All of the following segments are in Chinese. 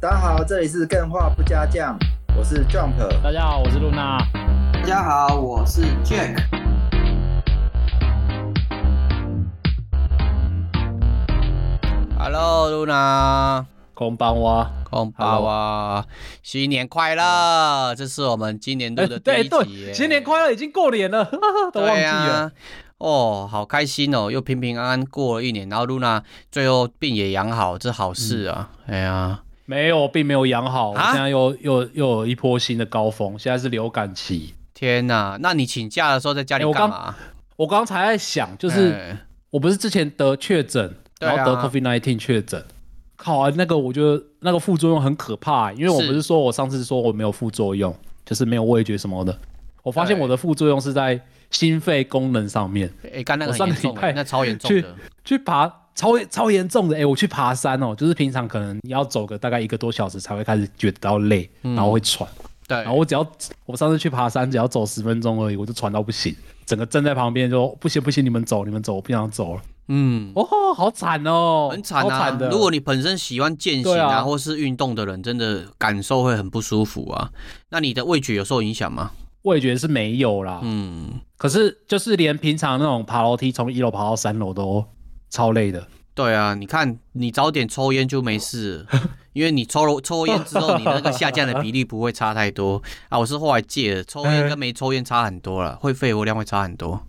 大家好，这里是更画不加酱，我是 Jump。大家好，我是露娜。大家好，我是 Jack。 Hello，露娜，空邦蛙，空巴哇，新年快乐！这是我们今年度的第哎 对一对集耶、，新年快乐，已经过年了， 都忘记对了。啊。哦，好开心哦，又平平安安过了一年，然后露娜最后病也养好，这好事啊！嗯哎呀，没有，并没有养好，我啊现在又又又有一波新的高峰，现在是流感期。天哪！那你请假的时候在家哎里我干刚嘛？我刚才在想，就是哎我不是之前得确诊，对啊然后得 COVID 1 9确诊，靠、啊，那个我觉得那个副作用很可怕、因为我是不是说我上次说我没有副作用，就是没有味觉什么的，我发现对我的副作用是在心肺功能上面。哎，干、那个我很上个严重礼哎、拜那超严重去的。去爬超超严重的，哎、我去爬山哦，就是平常可能你要走个大概一个多小时才会开始觉得到累，然后会喘，嗯对，然后我只要我上次去爬山，只要走十分钟而已，我就喘到不行，整个站在旁边说不行不行，你们走你们走，我不想走了，嗯，哦，好惨哦，很惨好啊惨的，如果你本身喜欢健行对啊啊或是运动的人，真的感受会很不舒服啊。那你的味觉有受影响吗？味觉是没有啦，嗯，可是就是连平常那种爬楼梯从一楼爬到三楼都超累的，对啊，你看，你早点抽烟就 没事了，因为你抽了抽烟之后，你那个下降的比例不会差太多啊。我是后来戒 了，抽烟跟没抽烟差很多了，会肺活量会差很多。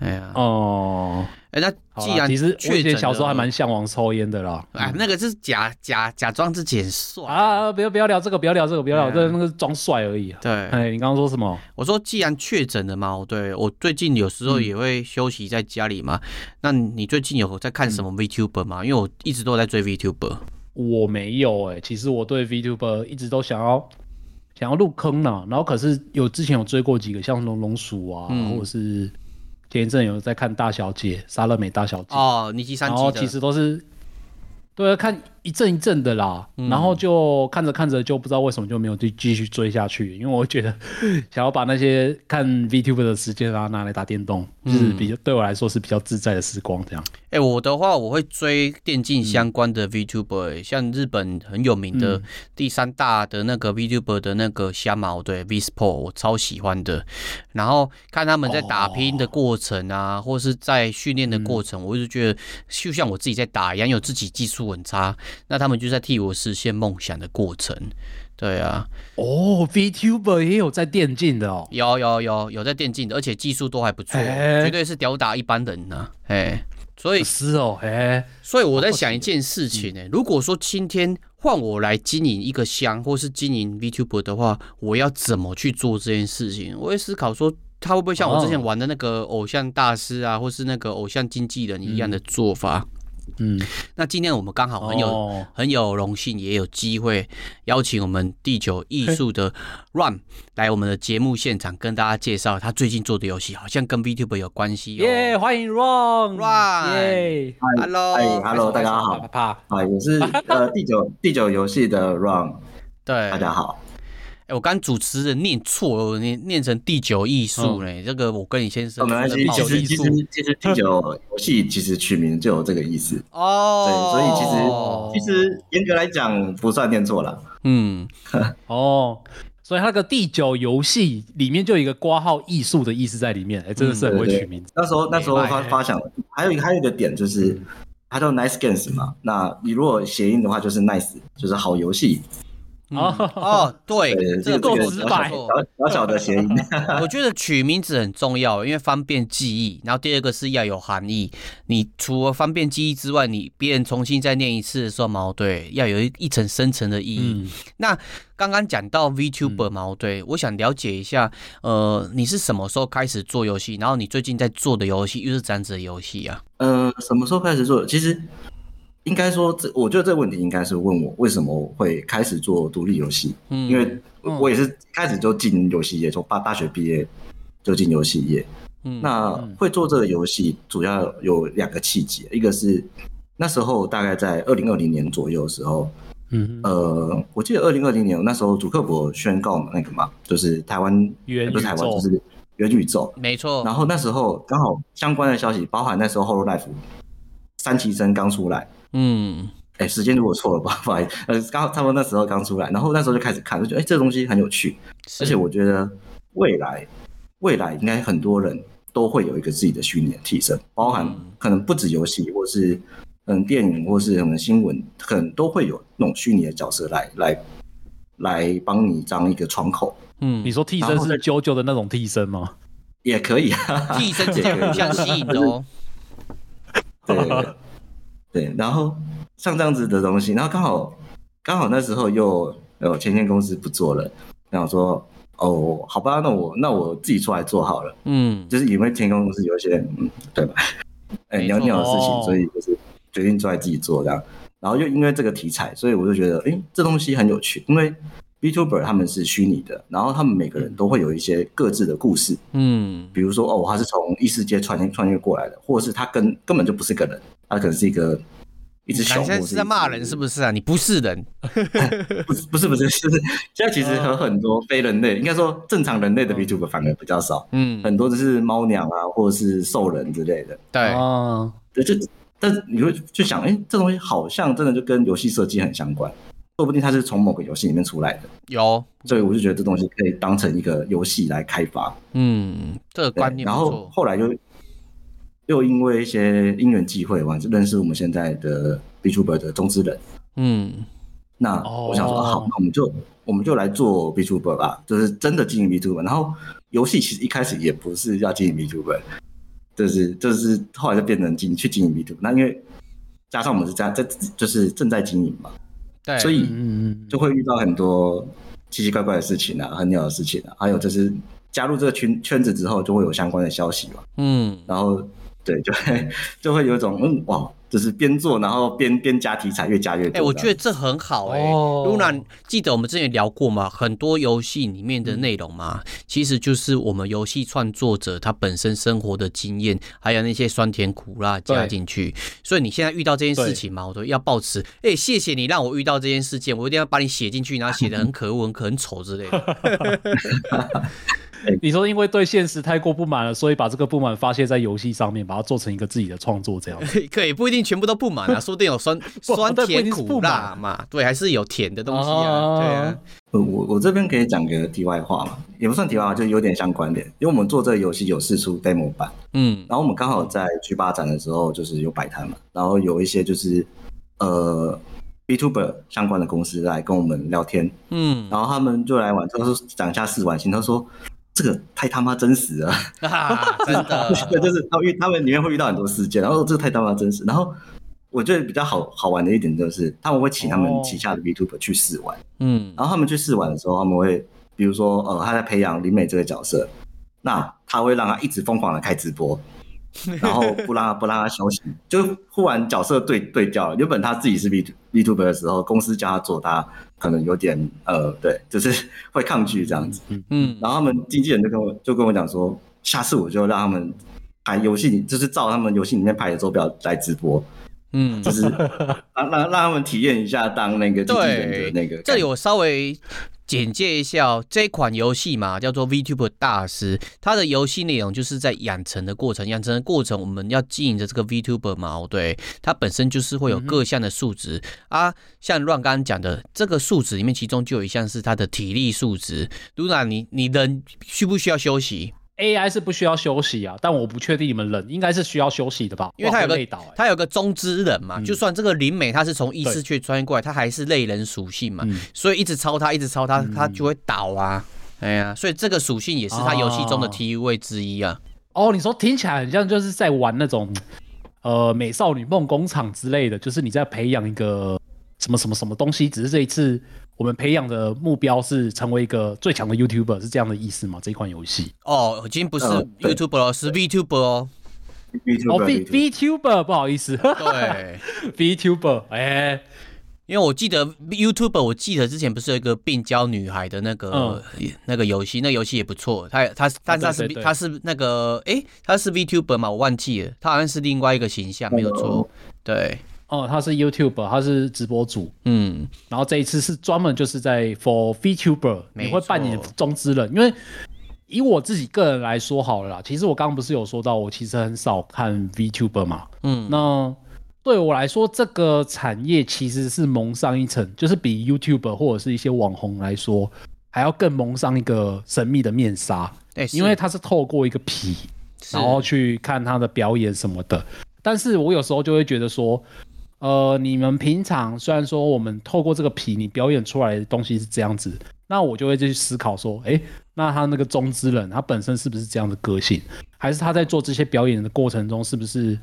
哎呀，哦、哎、那好既啦，然其实我确以前诊了小时候还蛮向往抽烟的啦，哎，那个是假假假装自己很帅啊。啊，不要不要聊这个，不要聊这个，不要聊嗯这个，那个装帅而已啊。对， 哎，你刚刚说什么？我说既然确诊了嘛，我哦对我最近有时候也嗯会休息在家里嘛。那你最近有在看什嗯么 VTuber 吗？因为我一直都在追 VTuber。我没有哎、其实我对 VTuber 一直都想要想要入坑啦，然后可是有之前有追过几个，像龙龙鼠啊，嗯或者是前一阵有在看大小姐莎乐美大小姐，哦，尼基三然级后的，其实都是对啊看一阵一阵的啦，然后就看着看着就不知道为什么就没有继继续追下去，因为我觉得 想要把那些看 VTuber 的时间啊拿来打电动，就是比较、对我来说是比较自在的时光这样。哎、我的话我会追电竞相关的 VTuber，、欸像日本很有名的第三大的那个 VTuber 的那个虾毛，对 Vsport，我超喜欢的。然后看他们在打拼的过程啊，或是在训练的过程，我一直觉得就像我自己在打一样，有自己技术很差，那他们就在替我实现梦想的过程。对啊，哦，VTuber 也有在电竞的哦。有有有有在电竞的，而且技术都还不错，哎绝对是吊打一般人呐、啊。哎、所以是哦，哎，所以我在想一件事嗯情呢、如果说今天换我来经营一个箱，或是经营 VTuber 的话，我要怎么去做这件事情？我会思考说，他会不会像我之前哦玩的那个偶像大师啊，或是那个偶像经纪人一样的做法？嗯，那今天我们刚好很有、哦很有荣幸，也有机会邀请我们第九艺 术的 Run 来我们的节目现场，跟大家介绍他最近做的游戏，好像跟 VTuber 有关系哦。耶，欢迎 Ron Ron 耶，嗨 Hello， ，Hello，大家啪好啪，啪，啊，我哎是呃第九第九游戏的 Run，对，大家好，哎、我刚主持人念错了，我念念成第九艺嗯术嘞。这个我跟你先哦生没关系，哎真的其不好实意其思实其实第九游戏其实取名就有这个意思，对，哦，所以其实、哦其实严格来讲不算念错了，嗯，哦。所以它那个第九游戏里面就有一个挂号艺术的意思在里面，哎，真的是嗯很会取名字。那时候那时候明白发发想，还有一个还有一个点就是。它叫 Nice Games 嘛，那你如果谐音的话就是 Nice，就是好游戏。哦，哦，对，对，这个够不个错直小不白小错小小小的谐音。我觉得取名字很重要，因为方便记忆。然后第二个是要有含义。你除了方便记忆之外，你别人重新再念一次的时候，矛对，要有一一层深层的意义。嗯，那刚刚讲到 VTuber 嘛，对，我想了解一下，呃，你是什么时候开始做游戏？然后你最近在做的游戏又是怎样子的游戏啊？呃，什么时候开始做？其实应该说这，我觉得这个问题应该是问我为什么会开始做独立游戏，嗯，因为嗯我也是一开始就进游戏业，从大大学毕业就进游戏业。嗯那会做这个游戏主要有两个契机，一个是那时候大概在二零二零年左右的时候，嗯，呃，我记得二零二零年那时候主克伯宣告那个嘛，就是台湾元也不是台湾宇宙就是元宇宙，没错，然后那时候刚好相关的消息，包含那时候《Hololive》三期生刚出来，嗯哎、时间如果错了，不好意 思，呃，刚好差不多那时候刚出来，然后那时候就开始看，就觉得哎、这东西很有趣，是而且我觉得未来未来应该很多人都会有一个自己的虚拟的替身，包含嗯可能不止游戏，或是嗯电影，或是什么新闻，可能都会有那种虚拟的角色来来来帮你当一个窗口，嗯你，说替身然后是再啾啾的那种替身吗？也可以啊。替身这样互相吸引的哦。 对对，然后像这样子的东西，然后刚好刚好那时候又呃前线公司不做了，然后我说哦好吧，那我那我自己出来做好了，嗯，就是因为前线公司有一些嗯对吧，哎没鸟错鸟的事哦情，所以就是决定出来自己做这样，然后又因为这个题材，所以我就觉得哎、这东西很有趣，因为 B Tuber 他们是虚拟的，然后他们每个人都会有一些各自的故事，嗯，比如说哦，他是从异世界穿越穿越过来的，或者是他根根本就不是个人，他可能是一个一只你熊。现在是在骂人是是？不是啊？你不是人，不是不是不是， 就是现在其实和很多非人类，应该说正常人类的 VTuber 反而比较少，嗯，很多就是猫娘啊，或者是兽人之类的。对，啊，对，就但是你会就想，哎、这东西好像真的就跟游戏设计很相关，说不定它是从某个游戏里面出来的，有，所以我就觉得这东西可以当成一个游戏来开发。嗯，这个对观念然不后错，后来又又因为一些因缘际会嘛，就认识我们现在的 B Tuber 的中之人。嗯，那哦我想说，啊好，那我们就我们就来做 B Tuber 吧，就是真的经营 B Tuber。然后游戏其实一开始也不是要经营 B Tuber，就是就是后来就变成经去经营 B Tuber。那因为加上我们是在在就是正在经营嘛，对，所以嗯嗯就会遇到很多奇奇怪怪的事情啊，很鸟的事情啊，还有就是加入这个圈圈子之后，就会有相关的消息嘛。嗯，然后对，就会就会有一种嗯哇，就是边做然后边边加题材，越加越多。哎、我觉得这很好哎、哦露娜、记得我们之前聊过嘛，很多游戏里面嗯的内容嘛，其实就是我们游戏创作者他本身生活的经验，还有那些酸甜苦辣加进去。所以你现在遇到这件事情嘛，我都要保持，哎、谢谢你让我遇到这件事件，我一定要把你写进去，然后写的很可恶、很可很丑之类 的。嗯，你说因为对现实太过不满了，所以把这个不满发泄在游戏上面，把它做成一个自己的创作，这样。可以不一定全部都不满啊，说不定有酸 不酸但不一甜定是苦不满辣嘛，对，还是有甜的东西哦啊，对啊，呃我我这边可以讲个题外话嘛，也不算题外话，就有点相关联，因为我们做这个游戏有试出 demo 版，嗯然后我们刚好在 G 八展的时候就是有摆摊嘛，然后有一些就是呃。Btuber 相关的公司来跟我们聊天，嗯，然后他们就来玩，他说讲一下试玩性，他说这个太他妈真实了，，啊，真的 对，就是他遇他们里面会遇到很多事件，然后这个太他妈真实。然后我觉得比较好好玩的一点就是，他们会请他哦们旗下的 VTuber 去试玩，嗯然后他们去试玩的时候，他们会比如说呃他在培养林美这个角色，那他会让他一直疯狂的开直播。然后不让他不让他休息，就忽然角色对对调了。原本他自己是 V V Tuber 的时候，公司叫他做，他可能有点呃，对，就是 会抗拒这样子。嗯，然后他们经纪人就跟我就跟我讲说，下次我就让他们拍游戏里，就是照他们游戏里面拍的周表来直播，嗯就，是让让让他们体验一下当那个经纪人的那个。这里我稍微简介一下哦，这款游戏嘛叫做 VTuber 大师，它的游戏内容就是在养成的过程，养成的过程我们要经营的这个 VTuber 嘛，哦对，它本身就是会有各项的数值、啊，像乱刚刚讲的这个数值里面，其中就有一项是它的体力数值。露娜，你你人需不需要休息？ AI 是不需要休息啊，但我不确定你们人应该是需要休息的吧？因为它有哇会个累倒、欸，它有个中之人嘛，就算这个灵美它是从嗯异对世界穿越过来，它还是类人属性嘛，嗯所以一直超它，一直超它，它就会倒啊。哎呀，所以这个属性也是它游戏中的哦 T 位之一啊。哦，你说听起来很像就是在玩那种呃美少女梦工厂之类的，就是你在培养一个什么什么什么东西，只是这一次我们培养的目标是成为一个最强的 YouTuber，是这样的意思吗？这一款游戏哦，已经不是呃对 YouTuber 了，是 VTuber 哦哦。VTuber ，V VTuber，不好意思 对， ，VTuber，哎、因为我记得 YouTuber，我记得之前不是有一个病娇女孩的那个、那个游戏，那游戏也不错。它它但是它是嗯对对对它是那个诶，它是 VTuber 嘛，我忘记了，它好像是另外一个形象，没有错。对，哦，他是 YouTuber，他是直播主，嗯。然后这一次是专门就是在 for VTuber，没你会扮演错中之人，因为以我自己个人来说好了啦，其实我刚刚不是有说到，我其实很少看 VTuber 嘛，嗯那对我来说，这个产业其实是蒙上一层，就是比 YouTube 或者是一些网红来说，还要更蒙上一个神秘的面纱，哎、是因为它是透过一个皮，是然后去看他的表演什么的。但是我有时候就会觉得说，呃，你们平常虽然说我们透过这个皮，你表演出来的东西是这样子，那我就会去思考说，诶，那他那个中之人，他本身是不是这样的个性，还是他在做这些表演的过程中，是不是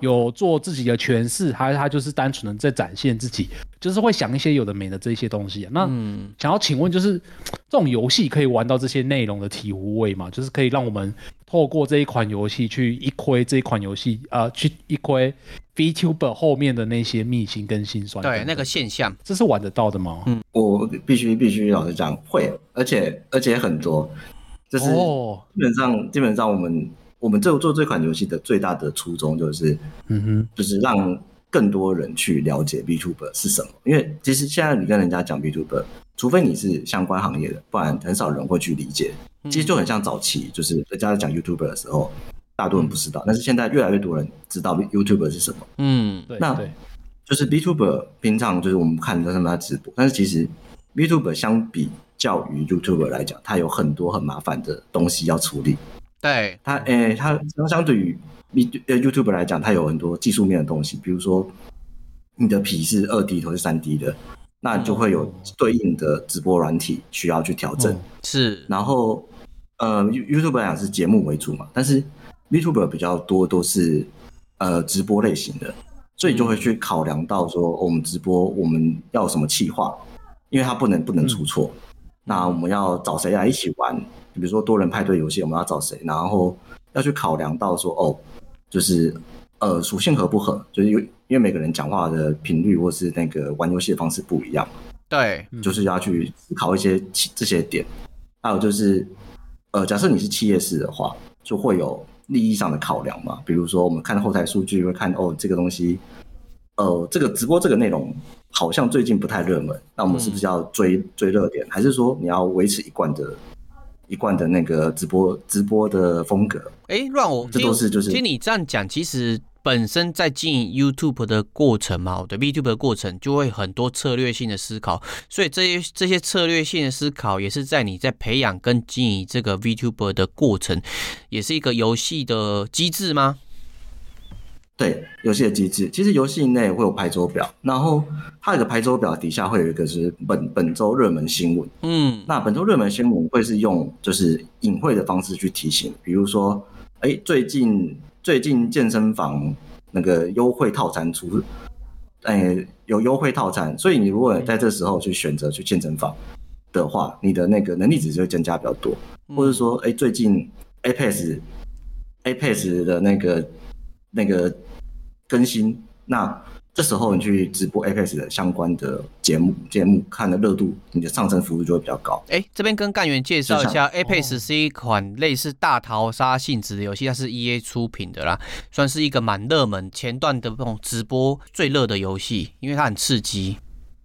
有做自己的诠释，还是他就是单纯的在展现自己，就是会想一些有的没的这些东西、啊那嗯，想要请问，就是这种游戏可以玩到这些内容的体无味吗？就是可以让我们透过这一款游戏去一窥这一款游戏，呃，去一窥 VTuber 后面的那些秘辛跟辛酸。对，那个嗯现象，这是玩得到的吗？我必须必须老实讲，会，而且而且很多，就是哦，基本上、基本上我们我们做做这款游戏的最大的初衷就是嗯哼，就是让更多人去了解 B Tuber 是什么。因为其实现在你跟人家讲 B Tuber，除非你是相关行业的，不然很少人会去理解。其实就很像早期，就是人家在讲 YouTuber 的时候，大多人不知道，但是现在越来越多人知道 YouTuber 是什么。嗯，对那对，就是 VTuber 平常就是我们看到他们在直播，但是其实 VTuber 相比较于 YouTuber 来讲，它有很多很麻烦的东西要处理。对，它诶、它相相对于 V 呃 YouTuber 来讲，它有很多技术面的东西，比如说你的皮是二 D 头是三 D 的，那就会有对应的直播软体需要去调整。嗯是，然后呃，You- YouTube 来讲是节目为主嘛，但是 YouTube 比较多都是呃直播类型的，所以就会去考量到说、哦我们直播我们要有什么企划，因为它不能不能出错。那我们要找谁来啊一起玩？比如说多人派对游戏，我们要找谁？然后要去考量到说哦，就是呃属性合不合，就是有因为每个人讲话的频率或是那个玩游戏的方式不一样。对，就是要去思考一些其这些点。还有就是，呃，假设你是企业式的话，就会有利益上的考量嘛。比如说，我们看后台数据，会看哦，这个东西，呃，这个直播这个内容好像最近不太热门，那我们是不是要追、追热点？还是说你要维持一贯的、一贯的那个直播直播的风格？哎，让我这都是就是听你这样讲，其实本身在经营 YouTube 的过程嘛，哦对 YouTube 的过程就会很多策略性的思考，所以这些这些策略性的思考也是在你在培养跟经营这个 VTuber 的过程，也是一个游戏的机制吗？对游戏的机制，其实游戏内会有排周表，然后它有个排周表底下会有一个是本本周热门新闻。嗯，那本周热门新闻会是用就是隐晦的方式去提醒，比如说，哎、最近最近健身房那个优惠套餐出，哎、有优惠套餐，所以你如果在这时候去选择去健身房的话，你的那个能力值就会增加比较多，或者说，哎、最近 Apex Apex 的那个那个更新，那这时候你去直播 Apex 的相关的节目节目看的热度，你的上升幅度就会比较高。哎，这边跟干员介绍一市下，Apex 是一款类似大逃杀性质的游戏，它是 EA 出品的啦，算是一个蛮热门前段的这种直播最热的游戏，因为它很刺激。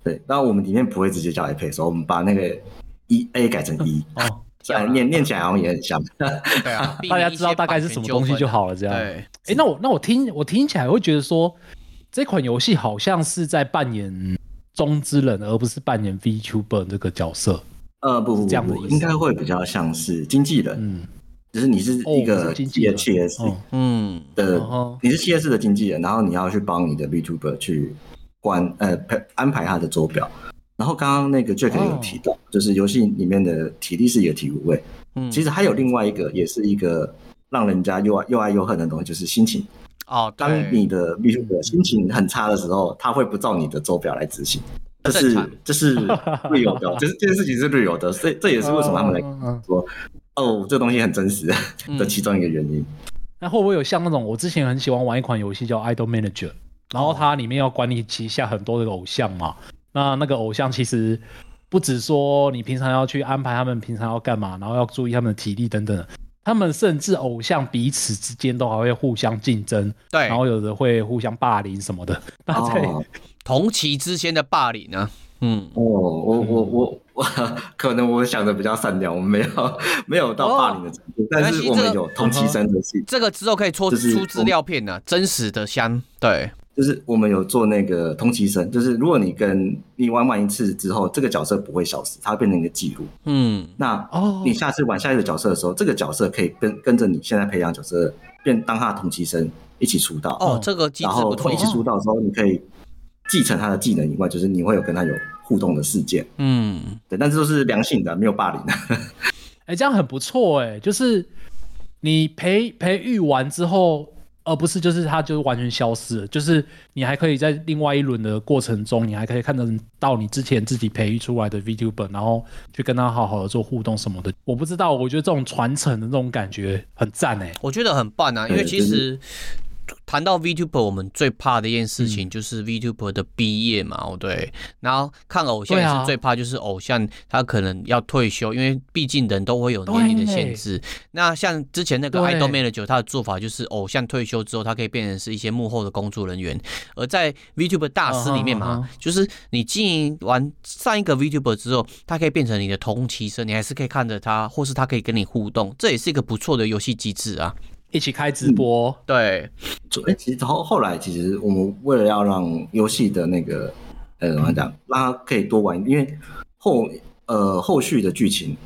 对，那我们里面不会直接叫 Apex，我们把那个一 A 改成一、哦，虽然念念起来好像也很像。对啊，大家知道大概是什么东西就好了，这样。对，哎，那我那我听我听起来会觉得说，这款游戏好像是在扮演中之人，而不是扮演 VTuber 这个角色。呃，不不这不样的不，意思应该会比较像是经纪人，嗯，就是你是一哦个是经企纪人业企业式哦嗯，的，哦你是企业式的经纪人，然后你要去帮你的 VTuber 去关呃配安排他的周表。然后刚刚那个 Jack 有提到，哦就是游戏里面的体力是一个体无味，嗯其实还有另外一个，也是一个让人家又爱又爱又恨的东西，就是心情。哦，当对，你的 VTuber 心情很差的时候，他会不照你的周表来执行，这正是常这是 real 的，就是这件事情是 real 的，所以这也是为什么他们来哦嗯嗯嗯说，哦，这东西很真实嗯的其中一个原因。那会不会有像那种我之前很喜欢玩一款游戏叫《Idol Manager》，然后它里面要管理旗下很多的偶像嘛？那那个偶像其实不只说你平常要去安排他们平常要干嘛，然后要注意他们的体力等等的，他们甚至偶像彼此之间都还会互相竞争，对然后有的会互相霸凌什么的。 啊那在、哦，同期之间的霸凌呢，嗯，哦，我我我我，可能我想的比较善良，我们没有没有到霸凌的程度，但哦没关系是我这嗯们个有同期生的事情。这个之后可以出就是出资料片呢，真实的香，对，就是我们有做那个通缉声，就是如果你跟你玩完一次之后，这个角色不会消失，它会变成一个记录。嗯，那哦你下次玩下一个角色的时候，这个角色可以跟跟着你现在培养角色，变当他的同期生一起出道。哦，这个机然制后不错一，起出道之后，你可以继承他的技能以外，就是你会有跟他有互动的事件。嗯，对，但这都是良性的，没有霸凌的。哎、这样很不错哎、就是你培培育完之后，而不是就是它就完全消失了，就是你还可以在另外一轮的过程中，你还可以看得到你之前自己培育出来的 VTuber，然后去跟他好好的做互动什么的。我不知道，我觉得这种传承的那种感觉很赞哎、我觉得很棒啊，因为对其就是实。谈到 VTuber，我们最怕的一件事嗯情就是 VTuber 的毕业嘛，哦对。然后看偶像对也啊是最怕，就是偶像他可能要退休，因为毕竟人都会有年龄的限制。那像之前那个对 Idol Manager，他的做法就是偶像退休之后，他可以变成是一些幕后的工作人员。而在 VTuber 大师里面嗯哼嗯嘛，就是你经营完上一个 VTuber 之后，他可以变成你的同期生，你还是可以看着他，或是他可以跟你互动，这也是一个不错的游戏机制啊。一起开直播，对，哎，其实后后来其实我们为了要让游戏的那个呃怎么讲，让他可以多玩，因为后呃后续的剧情，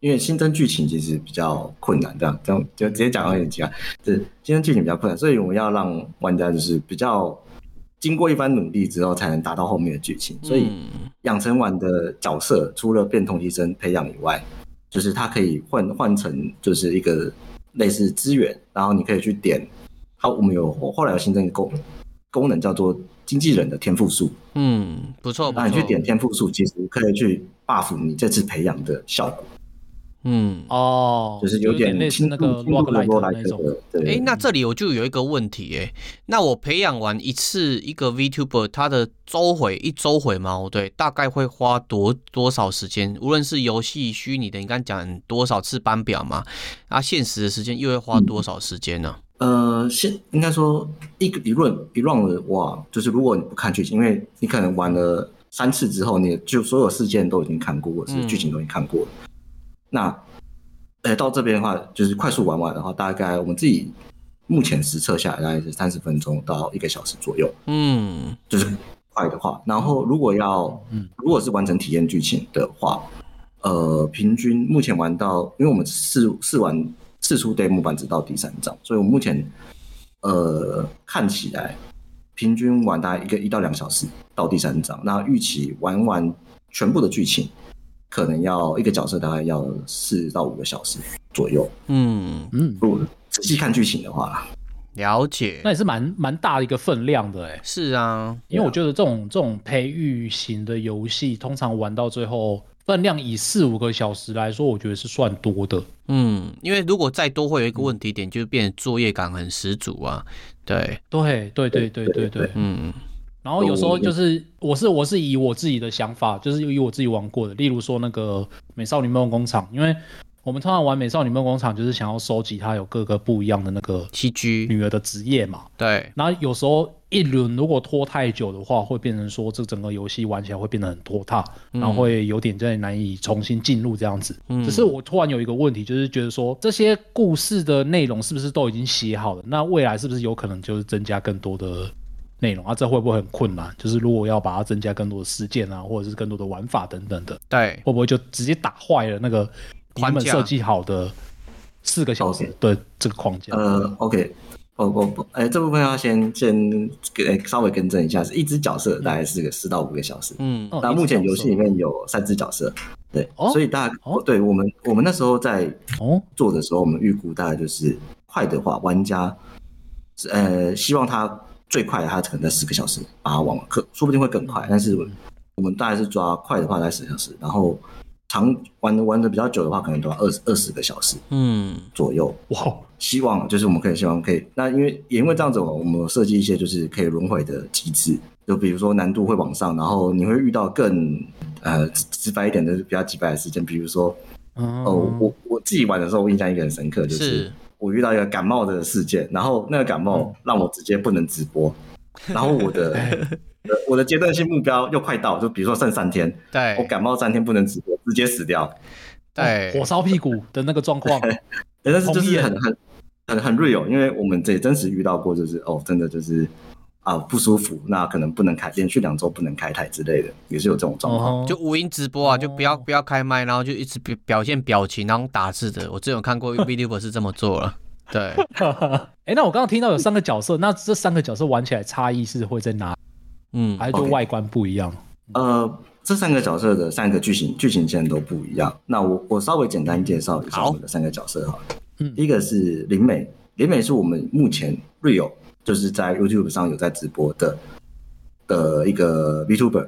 因为新增剧情其实比较困难，这样这样就直接讲有点奇怪，对，新增剧情比较困难，所以我们要让玩家就是比较经过一番努力之后才能达到后面的剧情，所以嗯养成完的角色除了变同级生培养以外，就是它可以换换成就是一个类似资源，然后你可以去点它。我们有我后来有新增一个功能功能叫做经纪人的天赋数，嗯，不哦错，不那错。你去点，天赋数，其实可以去 buff 你这次培养的效果，嗯，哦，就是有有点类似轻那度个轻度 rock 的 light 罗的莱那种特，的。对，哎，那这里我就有一个问题，哎，那我培养完一次一个 VTuber，他的周回一周回嘛，哦对，大概会花多多少时间？无论是游戏虚拟的，你刚刚讲多少次班表嘛，啊，现实的时间又会花多少时间呢？呃，现应该说一个一论一 round 的话，就是如果你不看剧情，因为你可能玩了三次之后，你就所有事件都已经看过，或者是嗯剧情都已经看过了。那，呃，到这边的话，就是快速玩完的话，大概我们自己目前实测下来大概是三十分钟到一个小时左右，嗯就是快的话。然后如果要，嗯如果是完成体验剧情的话，呃，平均目前玩到，因为我们试试玩试出 demo 版直到第三章，所以我目前呃看起来平均玩大概一个一到两小时到第三章，那预期玩完全部的剧情，可能要一个角色大概要四到五个小时左右。嗯，嗯，如果仔细看剧情的话啦，了解那。也是蛮蛮大的一个分量的哎、是啊，因为我觉得这种这种培育型的游戏，通常玩到最后分量以四五个小时来说，我觉得是算多的。嗯，因为如果再多会有一个问题点，就是变成作业感很十足啊。对，对对对对对对。嗯然后有时候就是我是我是以我自己的想法，就是以我自己玩过的，例如说那个《美少女梦工厂》，因为我们通常玩《美少女梦工厂》就是想要收集它有各个不一样的那个七 G，女儿的职业嘛。对，然后有时候一轮如果拖太久的话，会变成说这整个游戏玩起来会变得很拖沓，嗯然后会有点在难以重新进入这样子。嗯只是我突然有一个问题，就是觉得说这些故事的内容是不是都已经写好了？那未来是不是有可能就是增加更多的内容啊？这会不会很困难？就是如果要把它增加更多的事件啊，或者是更多的玩法等等的，对，会不会就直接打坏了那个原框本架设计好的四个小时的这个框架？哦呃，OK。哦不不，哎、这部分要先先给、哎稍微更正一下，是一只角色大概是个四到五个小时，嗯嗯哦那目前一直游戏角色里面有三只角色，对，哦所以大概、哦对我们我们那时候在哦，做的时候，我们预估大概就是快的话，玩家是呃希望他最快的他可能在十个小时把它玩完，可说不定会更嗯快，但是我我们大概是抓快的话在十小时，然后长玩的玩的比较久的话，可能都要二二十个小时嗯左右。哇，希望就是我们可以希望可以，那因为也因为这样子，我们有设计一些就是可以轮回的机制，就比如说难度会往上，然后你会遇到更呃直直白一点的比较直白的事件，比如说嗯哦，我我自己玩的时候，我印象一个很深刻，就是是我遇到一个感冒的事件，然后那个感冒让我直接不能直播，然后我的呃我的阶段性目标又快到，就比如说剩三天，我对感冒三天不能直播，直接死掉。对哦火烧屁股的那个状 况，对但是就同意是耶很很很很哦 real，因为我们这也真实遇到过，就是哦，真的就是啊不舒服，那可能不能开，连续两周不能开台之类的，也是有这种状况。 哦，就无音直播啊，就不要哦不要开麦，然后就一直表表现表情，然后打字的。我之前有看过 Vtuber 是这么做了，对，哎、那我刚刚听到有三个角色，那这三个角色玩起来差异是会在哪？嗯，还是就 OK 外观不一样？呃，这三个角色的三个剧情剧情线都不一样。那我我稍微简单介绍一下好我们的三个角色哈。嗯第一个是林美，林美是我们目前 Real 就是在 YouTube 上有在直播的的一个 VTuber。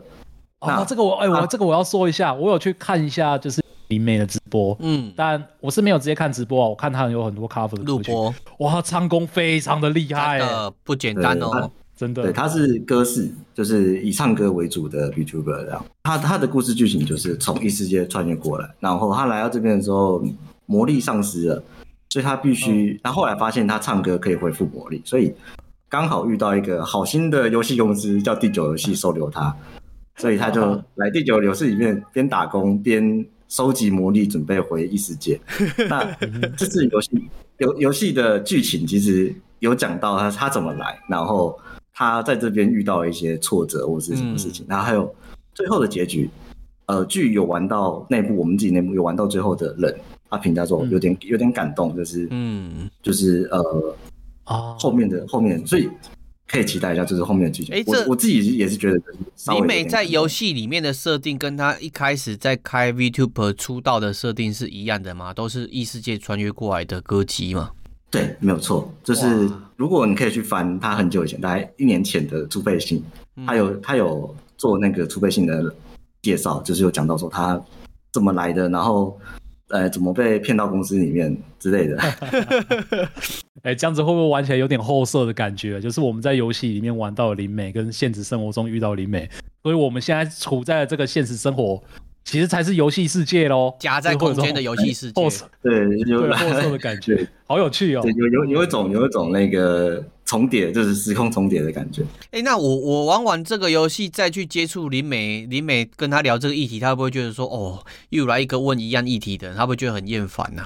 哦，那那这个我哎、我啊这个我要说一下，我有去看一下就是林美的直播，嗯，但我是没有直接看直播啊，我看她有很多 cover 的录歌曲，播哇，唱功非常的厉真害、的不简单哦，真的对，他是歌士，就是以唱歌为主的 VTuber 这样。他他的故事剧情就是从异世界穿越过来，然后他来到这边的时候，魔力丧失了，所以他必须。他后来发现他唱歌可以恢复魔力，所以刚好遇到一个好心的游戏公司叫第九游戏收留他，所以他就来第九游戏里面边打工边收集魔力，准备回异世界。那这次游戏游游戏的剧情其实有讲到他他怎么来，然后他在这边遇到一些挫折或是什么事情，嗯然后还有最后的结局。呃，剧有玩到内部，我们自己内部有玩到最后的人，他评价说有点、有点感动，就是、嗯，就是呃啊，后面的后面，所以可以期待一下，就是后面的剧情。诶我这我自己也是觉得就是稍微李有美点在感动游戏里面的设定跟她一开始在开 Vtuber 出道的设定是一样的吗？都是异世界穿越过来的歌姬嘛？对，没有错，就是哇如果你可以去翻他很久以前，大概一年前的储备信，嗯他有他有做那个储备信的介绍，就是有讲到说他怎么来的，然后呃怎么被骗到公司里面之类 的。哎、这样子会不会玩起来有点后设的感觉？就是我们在游戏里面玩到的灵美，跟现实生活中遇到的灵美，所以我们现在处在这个现实生活，其实才是游戏世界喽，夹在中间的游戏世界哎后，设对，有 对后设的感觉对，好有趣哦对。有有有一种有一种那个重叠，就是时空重叠的感觉。哎、那我我玩完这个游戏再去接触林美，林美跟她聊这个议题，她会不会觉得说，哦，又来一个问一样议题的人，她会不会觉得很厌烦呐、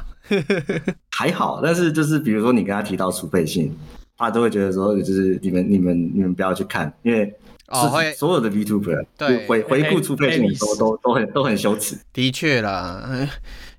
还好，但是就是比如说你跟他提到储备信，他都会觉得说，就是你们你们你们不要去看，因为哦是会所有的 Vtuber 对回回哎顾储备信的时候哎都都很都很羞耻。的确啦， 嗯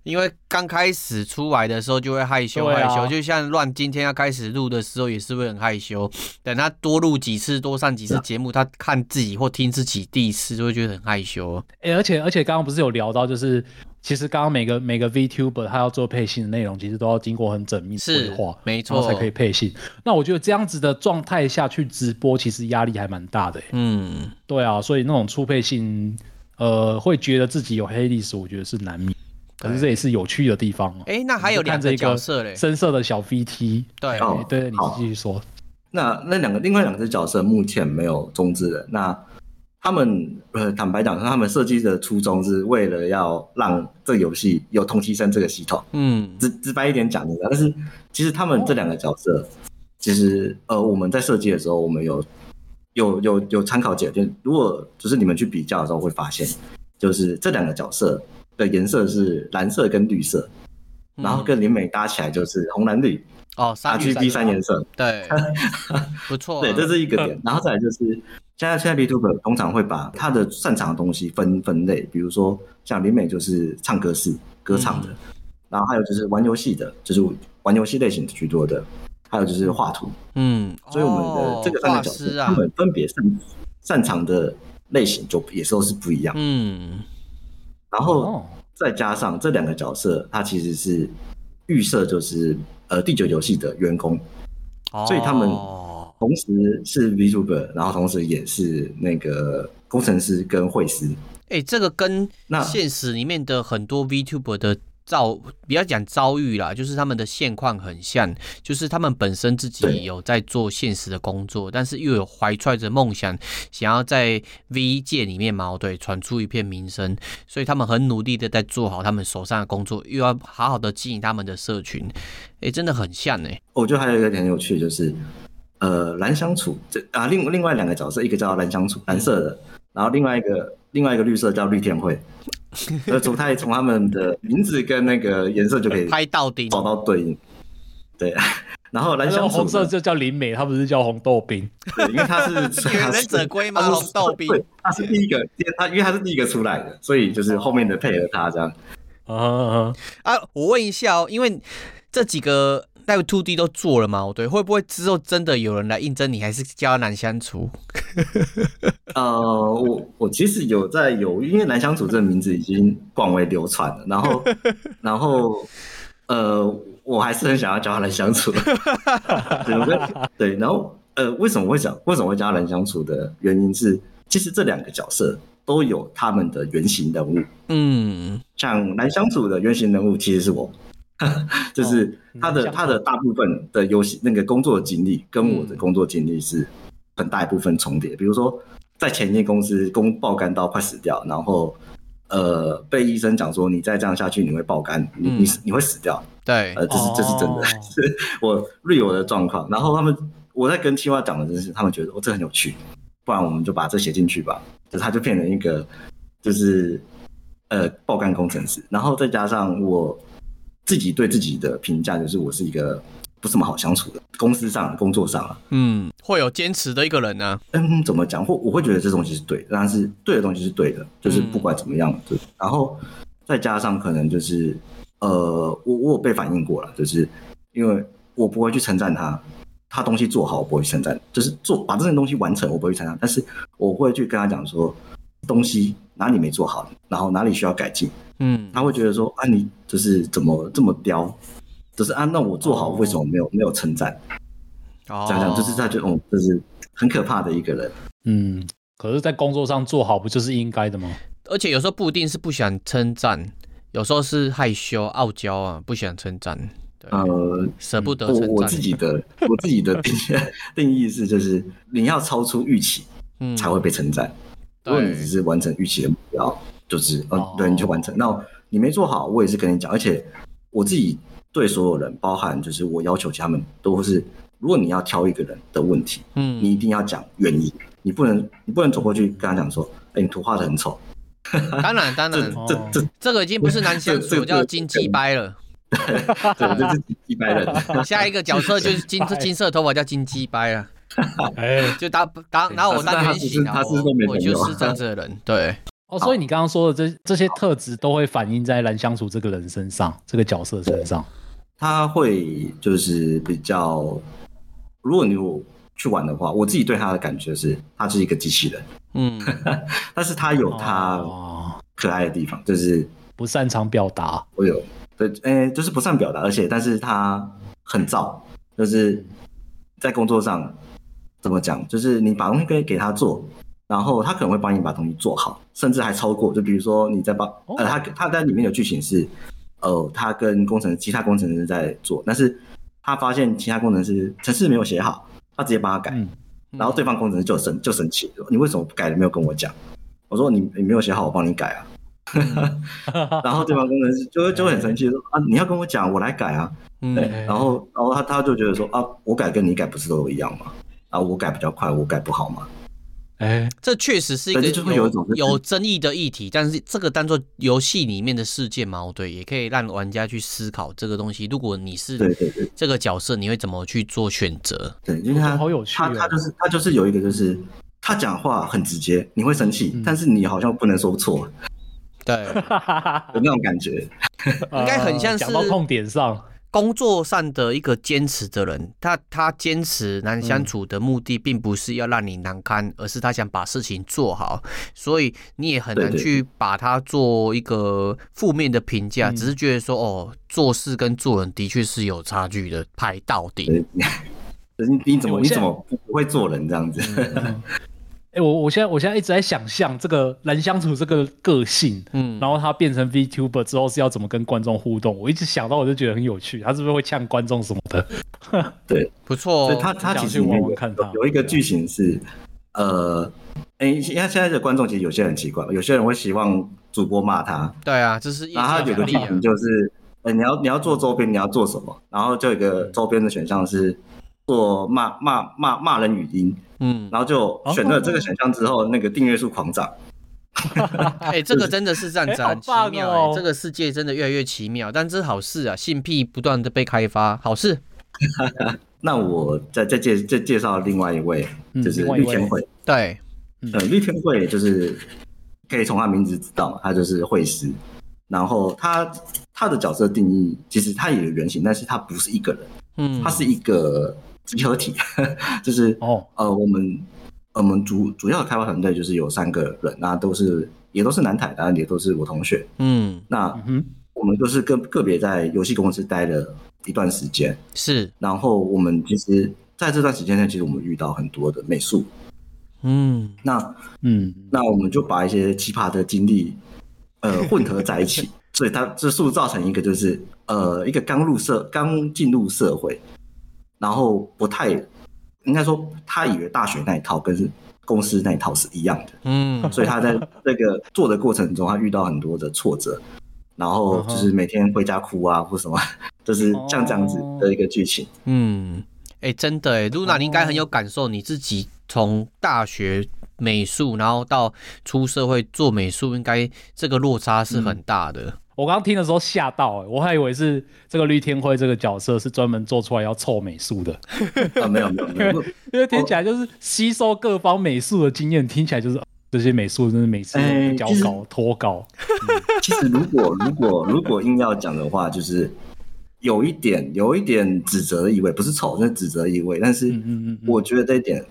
因为刚开始出来的时候就会害羞、对害啊羞，就像乱今天要开始录的时候也是会很害羞。等他多录几次、多上几次节目，他看自己或听自己第一次就会觉得很害羞。哎、而且而且刚刚不是有聊到，就是其实刚刚每个每个 VTuber 他要做配信的内容，其实都要经过很缜密是的规划，没错然后才可以配信。那我觉得这样子的状态下去直播，其实压力还蛮大的、欸。嗯，对啊，所以那种初配性，呃，会觉得自己有黑历史，我觉得是难免。可是这也是有趣的地方哦。哎、那还有你就两看这角色嘞，深色的小 VT，对，哦哎对，你好继续说。那那两个另外两只角色目前没有中之人，那他们呃坦白讲，他们设计的初衷是为了要让这个游戏有同期生这个系统，嗯，直直白一点讲的，但是其实他们这两个角色，其实呃我们在设计的时候，我们有有有有参考解卷，如果就是你们去比较的时候会发现，就是这两个角色的颜色是蓝色跟绿色，嗯然后跟林美搭起来就是红蓝绿哦，三女，RGB 三颜人，色， 对，不错、啊，对，这是一个 点。然后再来就是，现在现在 B t u b e r 通常会把他的擅长的东西分分类，比如说像林美就是唱歌式歌唱的，嗯然后还有就是玩游戏的，就是玩游戏类型居多的，还有就是画图。嗯，所以我们哦的这个三画个角师色，啊他，们分别擅擅长的类型就也都是不一样。嗯，然后哦，再加上这两个角色，他其实是预设就是呃第九游戏的员工，所以他们哦同时是 VTuber，然后同时也是那个工程师跟会师。哎、这个跟那现实里面的很多 VTuber 的遭，不要讲遭遇啦，就是他们的现况很像，就是他们本身自己对有在做现实的工作，但是又有怀揣着梦想，想要在 V 界里面嘛，哦对，闯出一片名声，所以他们很努力的在做好他们手上的工作，又要好好的经营他们的社群，哎、真的很像哎、哦我觉得还有一个很有趣，就是呃蓝相处这啊另另外两个角色，一个叫蓝相处蓝色的，然后另外一个另外一个绿色叫绿天会。呃，从他从他们的名字跟那个颜色就可以拍到顶，找到对应。对，然后蓝那香红色鼠就叫林美，它不是叫红豆冰。对，因为他 是有人者龟吗他是红豆冰对他是第一个，他因为他是第一个出来的，所以就是后面的配合他这样。啊啊啊，我问一下哦，因为这几个 Live Two D 都做了嘛，对，会不会之后真的有人来应征你，还是较难相处？呃，我我其实有在有，因为南乡组这个名字已经广为流传了，然后然后呃，我还是很想要叫他南乡组， 对我跟对，然后呃，为什么会想为什么会叫他南乡组的原因是，其实这两个角色都有他们的原型人物，嗯，像南乡组的原型人物其实是我。 就是他的、他的大部分的游戏那个工作经历跟我的工作经历是很大一部分重叠。比如说，在前一间公司工爆肝到快死掉，然后呃被医生讲说你再这样下去你会爆肝，你你嗯你会死掉，对，呃，这是这是真的，哦是我 real 我的状况。然后他们我在跟青蛙讲的这件事，他们觉得哦这很有趣，不然我们就把这写进去吧。就是他就变成一个就是呃爆肝工程师，然后再加上我自己对自己的评价，就是我是一个不是那么好相处的，公司上、工作上啊，嗯，会有坚持的一个人啊呢、嗯，怎么讲？或我会觉得这东西是对的，但是对的东西是对的，就是不管怎么样，对。然后再加上可能就是，呃，我我有被反映过了，就是因为我不会去称赞他，他东西做好我不会去称赞，就是做把这件东西完成我不会去称赞，但是我会去跟他讲说东西哪里没做好，然后哪里需要改进，嗯，他会觉得说啊你就是怎么这么刁，就是啊那我做好为什么没有没有称赞？哦这样这样就是他觉得哦，就是很可怕的一个人。嗯，可是，在工作上做好不就是应该的吗？而且有时候不一定是不想称赞，有时候是害羞、傲娇啊，不想称赞，对，呃，舍不得我称赞。我自己 的我自己的定定义是，就是你要超出预期嗯才会被称赞。如果你只对，是完成预期的目标，就是哦呃，对，你就完成。那你没做好，我也是跟你讲。而且我自己对所有人，包含就是我要求其他们，都是如果你要挑一个人的问题，嗯你一定要讲原因，你不能你不能走过去跟他讲说，哎，你图画的很丑，当然当这然，这哦这这个已经不是难相这处，这叫金鸡掰了。这这这是一般 人。下一个角色就是金鸡掰金色头发叫金鸡掰了，哎，就打打拿我当原型啊，他是他是都没我我朋友啊就是这样子的人，对，哦，所以你刚刚说的这这些特质都会反映在蓝相处这个人身上，这个角色身上。他会就是比较，如果你有去玩的话，我自己对他的感觉是，他是一个机器人，嗯，但是他有他哦、可爱的地方，就是不擅长表达，我有对，诶、就是不善表达，而且但是他很燥，就是在工作上怎么讲，就是你把东西给给他做。然后他可能会帮你把东西做好，甚至还超过。就比如说你在帮，哦呃，他他在里面有剧情是，呃，他跟工程其他工程师在做，但是他发现其他工程师程式没有写好，他直接帮他改， 嗯 然后对方工程师就生就生气，说你为什么不改了没有跟我讲？我说你你没有写好，我帮你改啊。 然后对方工程师就会就会很生气，说啊你要跟我讲，我来改啊。对，嗯，然后然后他他就觉得说啊我改跟你改不是都一样吗？啊我改比较快，我改不好吗？哎、这确实是一个但是就会有一种就是有争议的议题，但是这个当做游戏里面的事件矛盾，哦也可以让玩家去思考这个东西。如果你对是对对这个角色，你会怎么去做选择？对，因为他好有趣他哦他就是他就是有一个就是他讲话很直接，你会生气，嗯但是你好像不能说 错对，的那种感觉。应该很像是呃讲到痛点上。工作上的一个坚持的人，他他坚持难嗯相处的目的，并不是要让你难堪，而是他想把事情做好，所以你也很难对对去把它做一个负面的评价，嗯只是觉得说哦，做事跟做人的确是有差距的，排到底。对，你你怎么我你现在怎么不不会做人这样子？哎、我我现在我现在一直在想象这个蓝相处这个个性，嗯然后他变成 VTuber 之后是要怎么跟观众互动。我一直想到我就觉得很有趣，他是不是会呛观众什么的？对，不错、 所以哦，他他想其去实里面玩玩有看它有一个剧情是，呃，哎、现在现在的观众其实有些人很奇怪，有些人会希望主播骂他，对啊，这是业然后他绩有个奖剧励啊情。就是，呃，你要你要做周边，你要做什么？然后就有一个嗯周边的选项是做骂骂骂骂人语音，嗯， 然后就哦选了这个选项之后，那个订阅数狂涨。哎、这个真的是让哎好长奇棒妙、哦啊哎，这个世界真的越来越奇妙，但这是好事啊，性癖不断的被开发，好事。那我再再介再介绍另外一位，嗯就是另外一绿天位嗯惠。对，呃，绿天惠就是可以从他名字知道，他就是会师。然后他他的角色定义，其实他也有原型，但是他不是一个人，嗯，他是一个集合体， 就是哦，呃，我们呃我们主主要的开发团队就是有三个人，那都是也都是南台，当然也都是我同学。嗯那嗯哼，我们都是个个别在游戏公司待了一段时间，是，然后我们其实在这段时间内，其实我们遇到很多的美术，嗯那嗯，那我们就把一些奇葩的经历，呃，混合在一起，所以它这塑造成一个就是呃，一个刚入社、刚进入社会，然后不太应该说他以为大学那一套跟公司那一套是一样的，嗯所以他在这个做的过程中，他遇到很多的挫折，然后就是每天回家哭啊或什么，就是像这样子的一个剧情。嗯，哎、真的哎，露娜，你应该很有感受，你自己从大学。美术，然后到出社会做美术，应该这个落差是很大的。我刚刚听的时候吓到、欸，我还以为是这个绿天辉这个角色是专门做出来要凑美术的，啊，没有没有没有，因为听起来就是吸收各方美术的经验，听起来就是。这些美术真是每次哎都其交实稿、脱稿，其实如果如果如果硬要讲的话，就是有一点有一点指责的意味，不是丑，是指责的意味。但是嗯嗯嗯嗯我觉得这一点，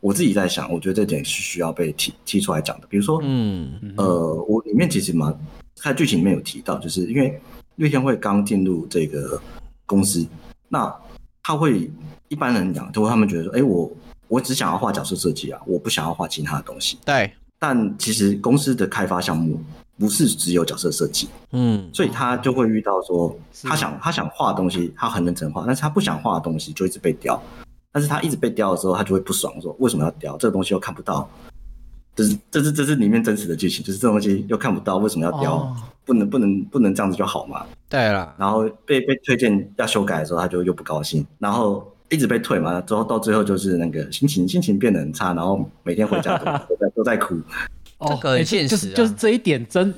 我自己在想，我觉得这点是需要被提提出来讲的。比如说，嗯呃，我里面其实嘛，它剧情里面有提到，就是因为绿天会刚进入这个公司，那他会一般人讲，就会他们觉得说，哎、我我只想要画角色设计啊，我不想要画其他的东西。对，但其实公司的开发项目不是只有角色设计，嗯所以他就会遇到说，哦是他想他想画的东西，他很认真画，但是他不想画的东西就一直被雕，但是他一直被雕的时候，他就会不爽，说为什么要雕这个东西又看不到，这是这是这是里面真实的剧情，就是这东西又看不到，为什么要雕？哦不能不能不能这样子就好嘛？对啦，然后被被推荐要修改的时候，他就又不高兴，然后一直被退嘛，之后到最后就是那个心情心情变得很差，然后每天回家都都在都在哭，哦这个很哎现就实是啊就是这一点真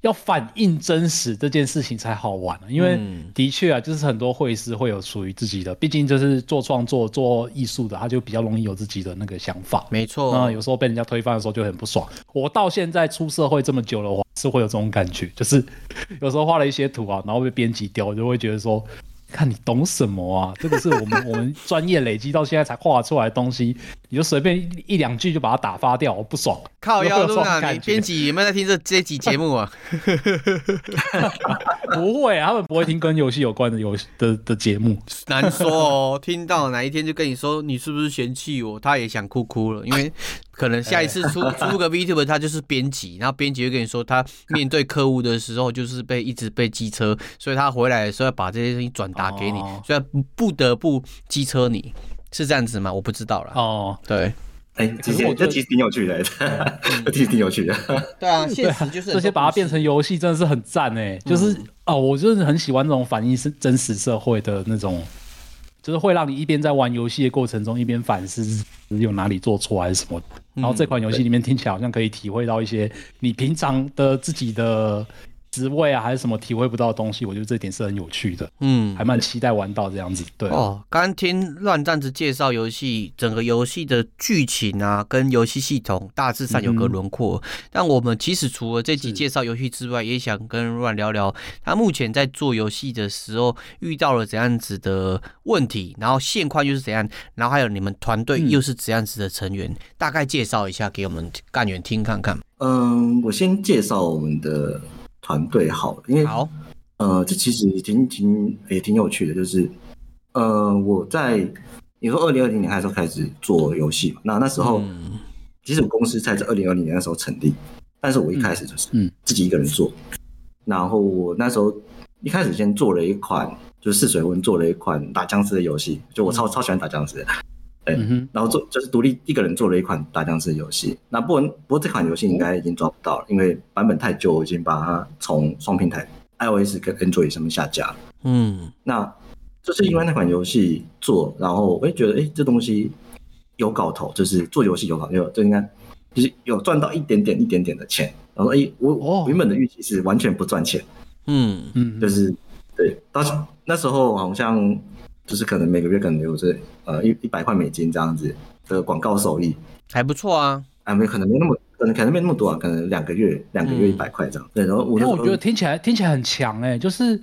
要反映真实这件事情才好玩、啊，因为嗯的确啊，就是很多绘师会有属于自己的，毕竟就是做创作、做艺术的，他就比较容易有自己的那个想法。没错。啊那有时候被人家推翻的时候就很不爽。我到现在出社会这么久了，我还是会有这种感觉，就是 有时候画了一些图啊，然后被编辑丢，我就会觉得说，看你懂什么啊？这个是我们我们专业累积到现在才画出来的东西，你就随便一一两句就把它打发掉，我不爽。靠会腰有这露种娜，感你觉编辑有没有在听这这一集节目啊？不会、啊，他们不会听跟游戏有关的游戏的的节目。难说哦，听到哪一天就跟你说你是不是嫌弃我，他也想哭哭了，因为可能下一次 出哎出个 VTuber，他就是编辑，然后编辑会跟你说他面对客户的时候就是被一直被机车，所以他回来的时候要把这些东西转达给你哦，所以他不得不机车你，是这样子吗？我不知道啦。哦，对哎、可其是实我觉这得嗯其实挺有趣的， 这其实挺有趣的。对啊，对现啊实就是这些把它变成游戏真的是很赞哎、嗯就是哦，我就是很喜欢这种反映是真实社会的那种，就是会让你一边在玩游戏的过程中一边反思自己有哪里做错还是什么。嗯然后这款游戏里面听起来好像可以体会到一些你平常的自己的职位啊还是什么体会不到的东西，我觉得这点是很有趣的，嗯还蛮期待玩到这样子。对，哦，刚刚听乱战子介绍游戏，整个游戏的剧情啊，跟游戏系统大致上有个轮廓。但我们其实除了这集介绍游戏之外，也想跟乱聊聊他目前在做游戏的时候遇到了怎样子的问题，然后现况又是怎样，然后还有你们团队又是怎样子的成员，大概介绍一下给我们干员听看看。嗯，我先介绍我们的团队好了，因为好，呃，这其实挺挺也挺有趣的，就是呃，我在你说二零二零年那时候开始做游戏嘛，那那时候、嗯其实我公司在这二零二零年那时候成立，但是我一开始就是嗯嗯自己一个人做，嗯然后我那时候一开始先做了一款就是试水温做了一款打僵尸的游戏，就我嗯超、超喜欢打僵尸的，对，嗯哼，然后做就是独立一个人做了一款打僵尸游戏。那不过不过这款游戏应该已经抓不到了，因为版本太旧，我已经把它从双平台 iOS 跟 Android 上面下架了。嗯那就是因为那款游戏做，然后我也觉得，哎，这东西有搞头，就是做游戏有搞头，就应该就是有赚到一点点一点点的钱。然后，哎，我哦我原本的预期是完全不赚钱，嗯嗯，就是对，到那时候好像就是可能每个月可能有这呃一一百块美金这样子的广告收益，还不错啊。啊，没可能没那么，可能可能没那么多啊，可能两个月两个月一嗯百块这样。对，然后我呃因为就我觉得听起来听起来很强哎、就是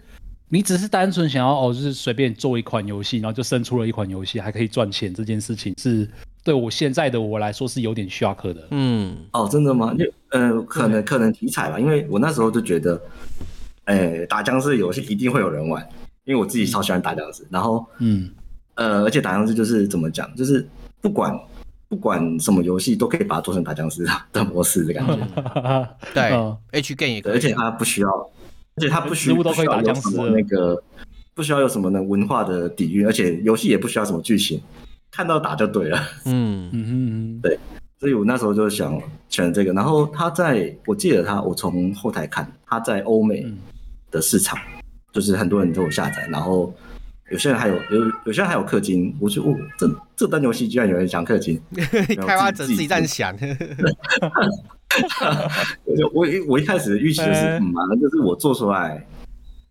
你只是单纯想要哦，就是随便做一款游戏，然后就生出了一款游戏，还可以赚钱这件事情是，对我现在的我来说是有点 shock 的。嗯，哦，真的吗？因为呃，可能可能题材吧，因为我那时候就觉得，呃，打僵尸游戏一定会有人玩，因为我自己超喜欢打僵尸。然后嗯呃，而且打僵尸就是怎么讲，就是不管不管什么游戏都可以把它做成打僵尸啊的模式的感 觉，对嗯，H game 也对可而以，且它不需要，而且它不需食物都可以打僵尸不需要有什么那个不需要有什么呢文化的底蕴，而且游戏也不需要什么剧情，看到打就对了。嗯嗯哼嗯哼，所以我那时候就想选这个。然后他在我记得他，我从后台看他在欧美嗯的市场，就是很多人都有下载，然后有些人还有有有些人还有氪金。我就哦，这这单游戏居然有人想氪金， 开发者自己这样想， 我就我一我一开始预期就是，哎嗯，反正就是我做出来。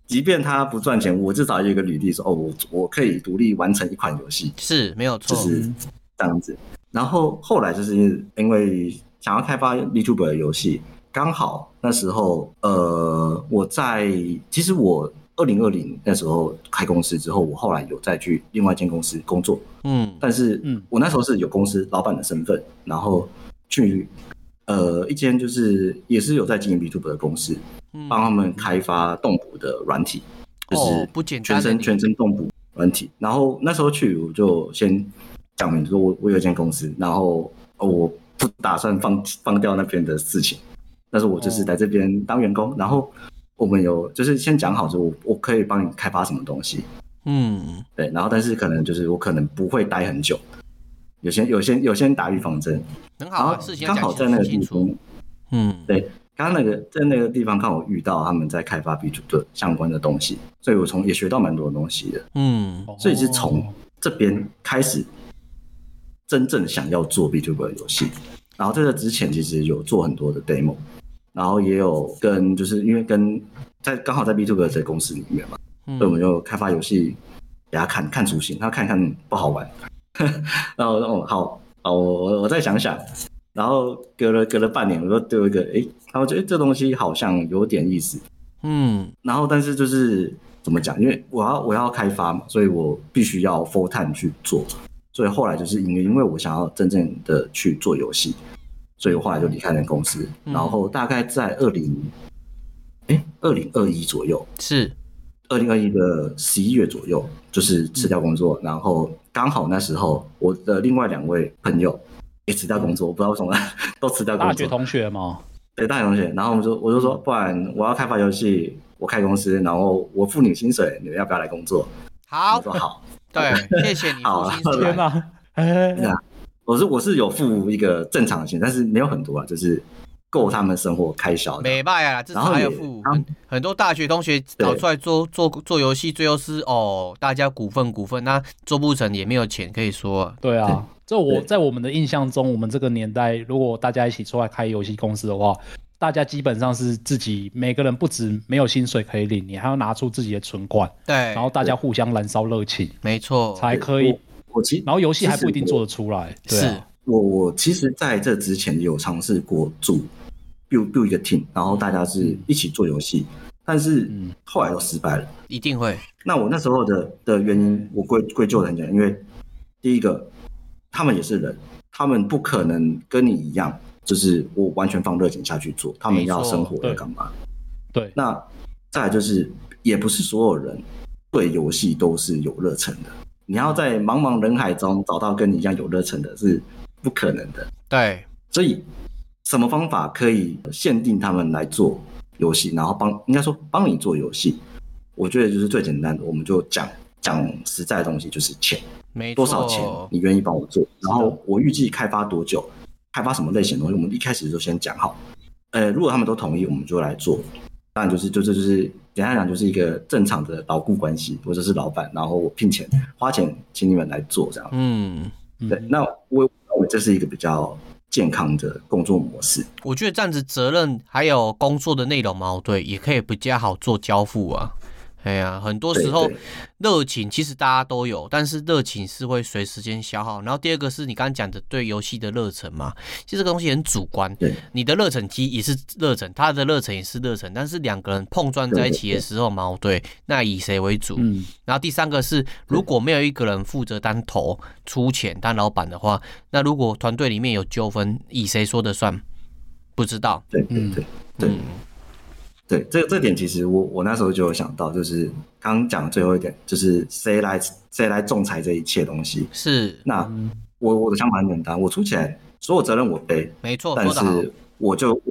即便他不赚钱，我至少有一个履历说，哦，我我可以独立完成一款游戏，是没有就错。是这样子。然后后来就是因为想要开发 VTuber 的游戏，刚好那时候呃我在其实我二零二零那时候开公司之后，我后来有再去另外一间公司工作，嗯但是嗯我那时候是有公司老板的身份，然后去。呃，一间就是也是有在经营 B t u b e 的公司，嗯帮他们开发动捕的软体，就是哦不简单全的身你全身动捕软体。然后那时候去，我就先讲明说，我我有一间公司，然后呃我不打算放放掉那边的事情，但是我就是哦来这边当员工。然后我们有就是先讲好说，我我可以帮你开发什么东西，嗯对。然后但是可能就是我可能不会待很久，有些有些有些人打预防针，很然好后啊，事情要刚好讲在那清个清地方楚。。嗯，对，刚刚那个在那个地方刚好遇到他们在开发 B 主的相关的东西，所以我从也学到蛮多的东西的，嗯哦所以是从这边开始真正想要做 B 主的游戏，然后在这之前其实有做很多的 demo，然后也有跟就是因为跟在刚好在 B 主的这个公司里面嘛，所以我们嗯就开发游戏给他看看雏形，他看看不好玩， 然后哦好啊，我我我再想想，然后隔了隔了半年，我又丢一个诶，然后觉得诶这东西好像有点意思，嗯然后但是就是怎么讲，因为我要我要开发嘛，所以我必须要 full time 去做，所以后来就是因为因为我想要真正的去做游戏，所以我后来就离开了公司，嗯然后大概在二零哎二零二一左右。是二零二一的十一月左右，就是辞掉工嗯作，然后刚好那时候我的另外两位朋友也辞掉工作，我不知道为什么 都辞掉工嗯大学作，同学嘛，对大学同学，然后我们就我就说，不然我要开发游戏，我开公司，然后我付你薪水，你们要不要来工作？好我，说好，对，谢谢你好付啊薪水对天哪、哎对啊我是我是有付一个正常的薪，但是没有很多啊，就是够他们生活开销的。美败啊，至少然后还也有付他很很多大学同学搞出来做做做游戏，最后是哦，大家股份股份，那做不成也没有钱可以说啊。 对啊，这我对在我们的印象中，我们这个年代，如果大家一起出来开游戏公司的话，大家基本上是自己每个人不止没有薪水可以领，你还要拿出自己的存款，对然，后大家互相燃烧热情没错，才可以。哎哦我其实然后游戏还不一定其实我做得出来，对是啊，我我其实在这之前有尝试过组 build build 一个 team，然后大家是一起做游戏，但是嗯后来都失败了。一定会。那我那时候的的原因，我归归咎的很简单，因为第一个，他们也是人，他们不可能跟你一样，就是我完全放热情下去做，他们要没错生活对要干嘛？对，啊那再来就是，也不是所有人对游戏都是有热忱的。你要在茫茫人海中找到跟你一样有热忱的，是不可能的。对，所以什么方法可以限定他们来做游戏，然后帮应该说帮你做游戏？我觉得就是最简单的，我们就讲讲实在的东西，就是钱，没错。多少钱你愿意帮我做？然后我预计开发多久，开发什么类型的东西，我们一开始就先讲好。呃，如果他们都同意，我们就来做。当然就是就这就是简单来讲就是一个正常的牢固关系，我就是老板，然后我聘钱花钱请你们来做这样。嗯，对，嗯那我我这是一个比较健康的工作模式。我觉得哦这样子责任还有工作的内容嘛，对，也可以比较好做交付啊。哎呀，很多对时候对热情其实大家都有，但是热情是会随时间消耗。然后第二个是你刚刚讲的对游戏的热忱嘛，其实这个东西很主观对，你的热忱其实也是热忱，他的热忱也是热忱，但是两个人碰撞在一起的时候矛盾，那以谁为主？嗯，然后第三个是，如果没有一个人负责当头出钱当老板的话，那如果团队里面有纠纷，以谁说的算？不知道。对对对对嗯，对，这这点其实我我那时候就有想到，就是刚讲最后一点，就是谁来谁来仲裁这一切东西。是那我我的想法很简单，我出钱，所有责任我背，没错，但哦说得好。是我就我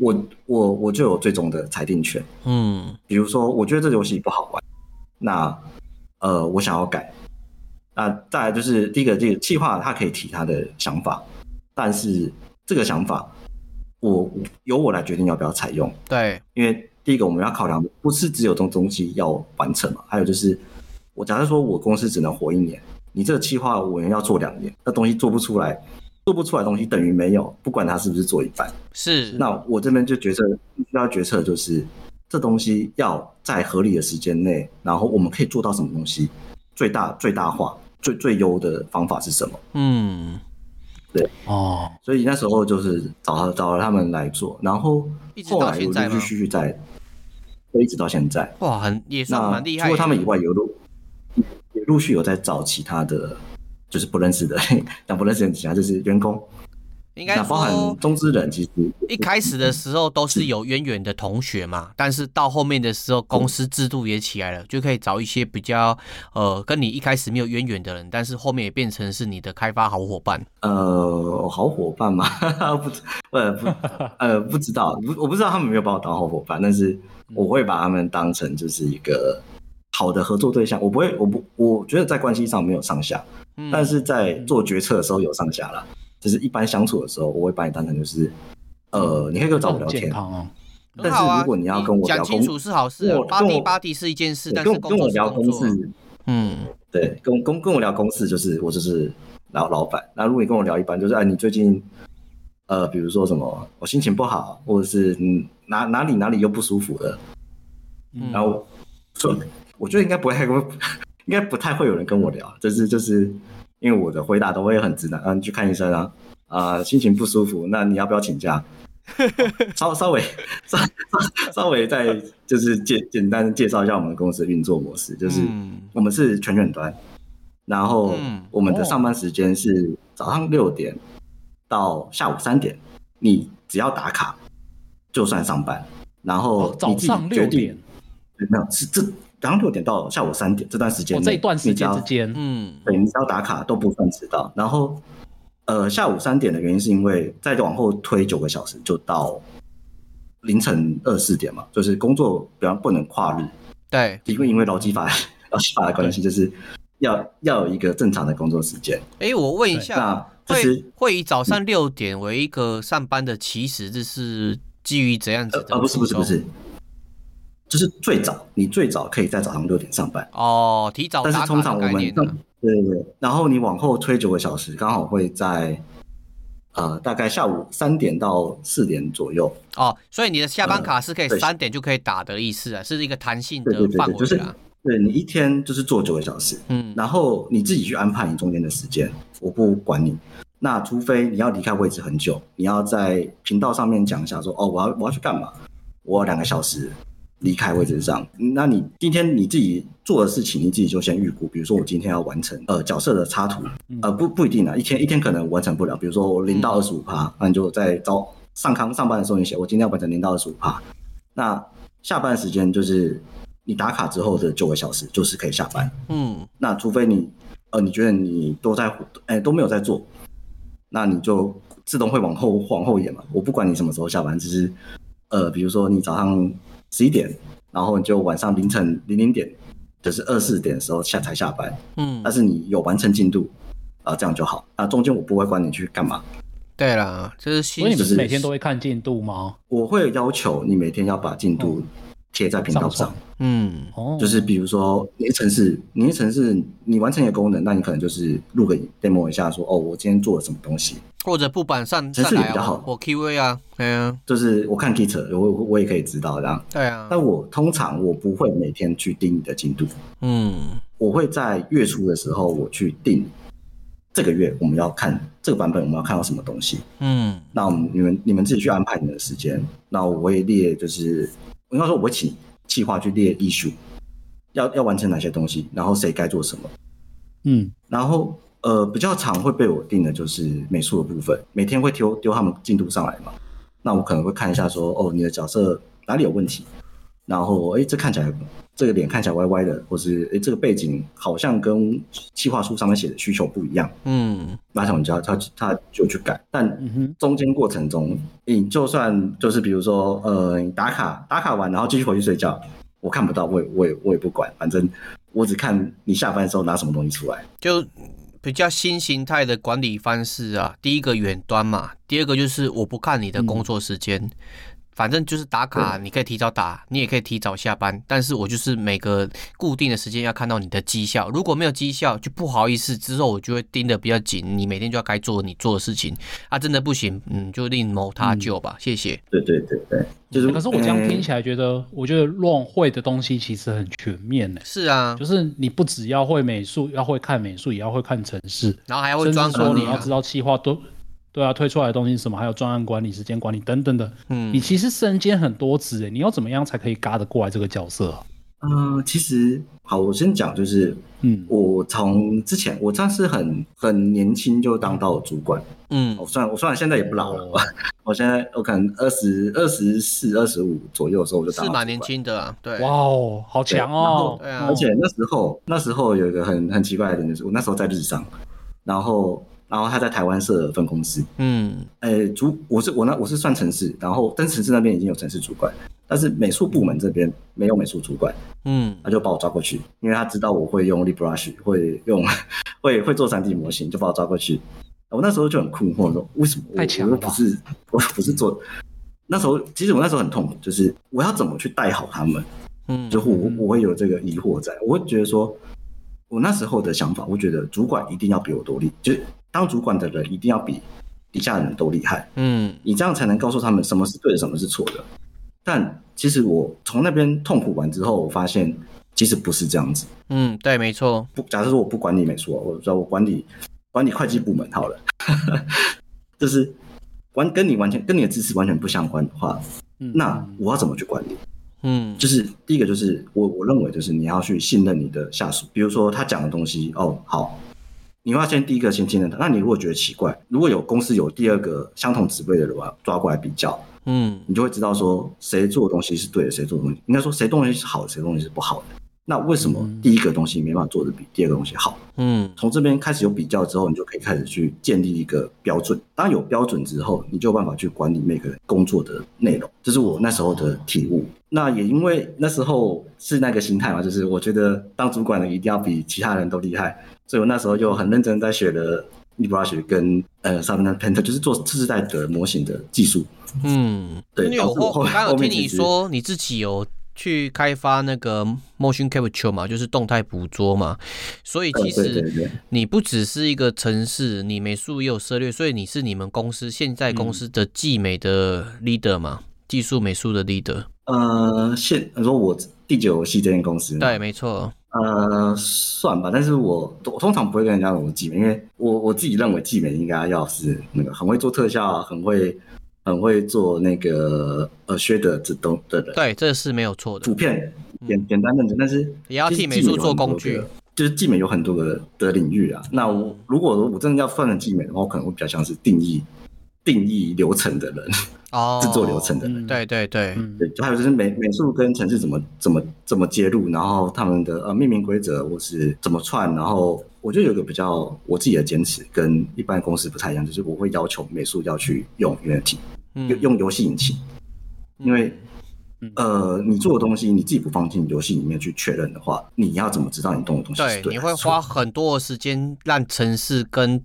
我我我就有最终的裁定权。嗯比如说，我觉得这游戏不好玩，那呃，我想要改。那再来就是第一个，这个企划他可以提他的想法，但是这个想法我我由我来决定要不要采用。对，因为第一个我们要考量，不是只有这种东西要完成嘛，还有就是，我假设说我公司只能活一年，你这个计划我要做两年，那东西做不出来，做不出来的东西等于没有，不管它是不是做一半。是那我这边就决策必须要决策就是，这东西要在合理的时间内，然后我们可以做到什么东西，最大最大化。最最优的方法是什么？嗯，哦，所以那时候就是找了找了他们来做，然后一直到后来现我在陆陆吗续续在，一直到现在。哇，很也算那蛮厉害的。除了他们以外，有陆也陆续有在找其他的，就是不认识的， 讲不认识的其他就是员工，应该那包含说中资人，其实一开始的时候都是有渊源的同学嘛，但是到后面的时候，公司制度也起来了，就可以找一些比较呃跟你一开始没有渊源的人，但是后面也变成是你的开发好伙伴。呃好伙伴嘛， 不知呃不呃不知道，不我不知道他们有没有把我当好伙伴，但是我会把他们当成就是一个好的合作对象，我不会我不我觉得在关系上没有上下，嗯，但是在做决策的时候有上下啦，就是一般相处的时候，我会把你当成就是。呃，你可以跟我找我这聊很健天，康哦，很好但是啊，如果你要跟我聊讲清公楚是好事跟啊我，巴跟蒂我巴蒂是一件事，对但跟是我跟工作我是聊工公作啊。事，嗯，对，跟我跟跟我聊公事就是我就是老老板。那如果你跟我聊一般，就是哎，你最近呃，比如说什么，我心情不好，或者是嗯哪哪里哪里又不舒服了，嗯然后说，我觉得应该不会太， 应该不太会有人跟我聊，就是就是因为我的回答都会很直男，嗯、你去看医生啊，啊、心情不舒服，那你要不要请假？ 稍稍微稍稍稍微再就是简简单的介绍一下我们公司的运作模式，就是嗯我们是全远端，然后嗯我们的哦上班时间是早上六点到下午三点，你只要打卡就算上班，然后哦早你自己上决六定点，没有，是这早上六点到下午三点这段时间我内，哦这一段时你只间要之间，嗯对，你只要打卡都不算迟到。然后，呃，下午三点的原因是因为再往后推九个小时就到凌晨二四点嘛，就是工作比方不能跨日，对，因为因为劳基法 劳基法的关系，就是要要有一个正常的工作时间。哎，我问一下那，其会实嗯会以早上六点为一个上班的起始日，是基于怎样子呃的初衷？呃不是不是不是，就是最早你最早可以在早上六点上班。哦，提早但是打通卡常的我概们念啊呢、上对对对，然后你往后推九个小时，刚好会在呃大概下午三点到四点左右。哦，所以你的下班卡是可以呃对三点就可以打的意思啊，是一个弹性对的对对范对，就围啊是啦。对你一天就是做九个小时，嗯，然后你自己去安排你中间的时间，我不管你。那除非你要离开位置很久，你要在频道上面讲一下说哦，我要我要去干嘛，我要两个小时离开位置上。那你今天你自己做的事情，你自己就先预估，比如说我今天要完成呃角色的插图，嗯呃不不一定啊，一天一天可能完成不了。比如说我零到二十五趴，那你就在招上康上班的时候你写我今天要完成零到二十五趴，那下班时间就是你打卡之后的九个小时就是可以下班。嗯，那除非你呃，你觉得你都在哎、都没有在做，那你就自动会往后往后延嘛。我不管你什么时候下班，只是呃，比如说你早上十一点，然后你就晚上凌晨零零点，就是二四点的时候下才下班，嗯但，是你有完成进度啊、这样就好。那中间我不会管你去干嘛，对啦，这是所以薪你们水是每天都会看进度吗？我会要求你每天要把进度贴在频道上。嗯，哦，就是比如说你的城市，你的城市你完成一个功能，那你可能就是录个 demo 一下说哦，我今天做了什么东西。或者不板上城上市也来比较啊好，我 QV 啊，哎呀，就是我看 Git，我我我也可以知道这样。对啊，但我通常我不会每天去盯你的进度，嗯，我会在月初的时候我去定这个月我们要看这个版本我们要看到什么东西。嗯，那我们你们你们自己去安排你们的时间。那我会列就是，我应该说我会请计划去列艺术，要要完成哪些东西，然后谁该做什么。嗯，然后呃，比较常会被我定的就是美术的部分，每天会丢丢他们进度上来嘛。那我可能会看一下说，哦，你的角色哪里有问题，然后诶，这看起来这个脸看起来歪歪的，或是诶，这个背景好像跟计划书上面写的需求不一样，嗯，那我们就要他他就去改。但嗯哼，中间过程中，你就算就是比如说呃，你打卡打卡完，然后继续回去睡觉，我看不到，我也我也我也不管，反正我只看你下班的时候拿什么东西出来。就比较新形态的管理方式啊。第一个远端嘛，第二个就是我不看你的工作时间，反正就是打卡，你可以提早打，你也可以提早下班，但是我就是每个固定的时间要看到你的绩效，如果没有绩效就不好意思，之后我就会盯得比较紧，你每天就要该做你做的事情啊，真的不行，嗯，就另谋他救吧，谢谢。对对对对，就是。哎呃可是我这样听来，起来，觉得我觉得乱会的东西其实很全面呢、是啊，就是你不只要会美术，要会看美术，也要会看城市，然后还会甚装至说管理你要啊知，道企划都对啊，推出来的东西是什么，还有专案管理、时间管理等等的。嗯你其实身兼很多职、欸，你要怎么样才可以嘎得过来这个角色、啊？嗯、其实好，我先讲，就是嗯我从之前，我算是很很年轻就当到主管，嗯我虽然我虽然现在也不老哦了， 我现在我可能二十二十四、二十五左右的时候我就当是到蛮主年管，轻的啊，对，哇哦，好对强然后哦！对啊而且那时候那时候有一个很很奇怪的点，就是我那时候在日商，然后然后他在台湾设分公司，嗯呃，主我是我那我是算城市，然后但城市那边已经有城市主管，但是美术部门这边没有美术主管。嗯他就把我抓过去，因为他知道我会用 LibRush，会用会会做 3D 模型，就把我抓过去。我那时候就很困惑，说为什么我太强我了又吧不是我又不是做？那时候其实我那时候很痛苦，就是我要怎么去带好他们，嗯就我我会有这个疑惑在，我会觉得说，我那时候的想法，我觉得主管一定要比我多厉，就是当主管的人一定要比底下的人都厉害。嗯你这样才能告诉他们什么是对的，什么是错的。但其实我从那边痛苦完之后，我发现其实不是这样子。嗯，对，没错，不，假设说我不管理美术，我说我管理管理会计部门好了， 就是完跟你完全跟你的知识完全不相关的话，嗯那我要怎么去管理？嗯就是第一个就是我我认为就是你要去信任你的下属，比如说他讲的东西哦好，你要先第一个先信任他。那你如果觉得奇怪，如果有公司有第二个相同职位的人我要抓过来比较，嗯你就会知道说谁做的东西是对的，谁做的东西应该说谁东西是好的，谁东西是不好的。那为什么第一个东西没办法做的比第二个东西好？嗯从这边开始有比较之后，你就可以开始去建立一个标准。当有标准之后，你就有办法去管理每个人工作的内容。这是我那时候的体悟。那也因为那时候是那个心态嘛，就是我觉得当主管的一定要比其他人都厉害，所以我那时候就很认真在学了 LibRush 跟呃 s u b m a t Painter，就是做次世代的模型的技术。嗯，对你有导致我后刚刚有后面听你其实说你自己有去开发那个 motion capture 嘛，就是动态捕捉嘛，所以呃其对对实对你不只是一个城市，你美术也有涉略，所以你是你们公司现在公司的技美的 leader 嘛，技术美术的 leader，呃，现你说我第九系这间公司嘛，对，没错，呃，算吧，但是我我通常不会跟人家我技美，因为我我自己认为技美应该要是那个很会做特效啊，很会很会做那个呃削的这东的人，对，这是没有错图的，片简简单认真，但是也要其实替美技术有做很多工个具，嗯就是技美有很多个的领域啊。那我如果我真的要算成技美的话，我可能会比较像是定义定义流程的人，哦， 制作流程的人。嗯对对对，嗯对，就还有就是美美术跟城市怎么怎么怎么接入，然后他们的呃命名规则或是怎么串，然后我就有一个比较我自己的坚持，跟一般公司不太一样，就是我会要求美术要去用 Unity，、用嗯用游戏引擎，因为嗯呃你做的东西你自己不放进游戏里面去确认的话，你要怎么知道你动的东西是对，对你还会是错花很多的时间让城市跟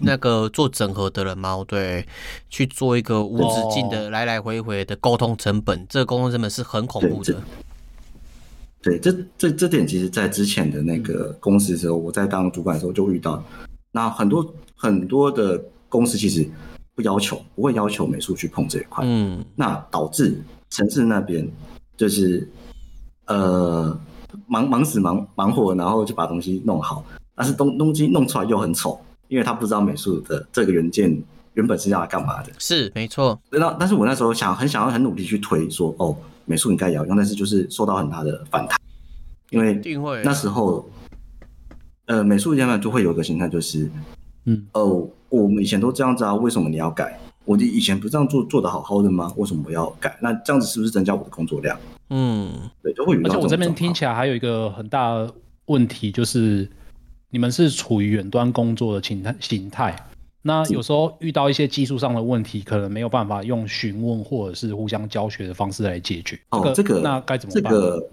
那个做整合的人嘛，对，去做一个无止境的来来回回的沟通成本，这个沟通成本是很恐怖对的这。对，这这这点其实，在之前的那嗯个公司的时候，我在当主管的时候就遇到，那很多很多的公司其实不要求，不会要求美术去碰这一块，嗯那导致城市那边就是呃忙忙死忙忙活，然后就把东西弄好，但是东东西弄出来又很丑，因为他不知道美术的这个元件原本是要来干嘛的。是没错，那但是我那时候想很想要很努力去推说哦，美术应该也要用，但是就是受到很大的反弹，因为一定会那时候呃美术家们就会有一个心态就是嗯，哦，我们以前都这样子啊，为什么你要改？我的以前不这样做做的好好的吗？为什么我要改？那这样子是不是增加我的工作量？嗯对，就会遇而到且种我这边状况听起来还有一个很大的问题，就是你们是处于远端工作的形态形态。那有时候遇到一些技术上的问题，可能没有办法用询问或者是互相教学的方式来解决。哦，这个那该怎么这办？个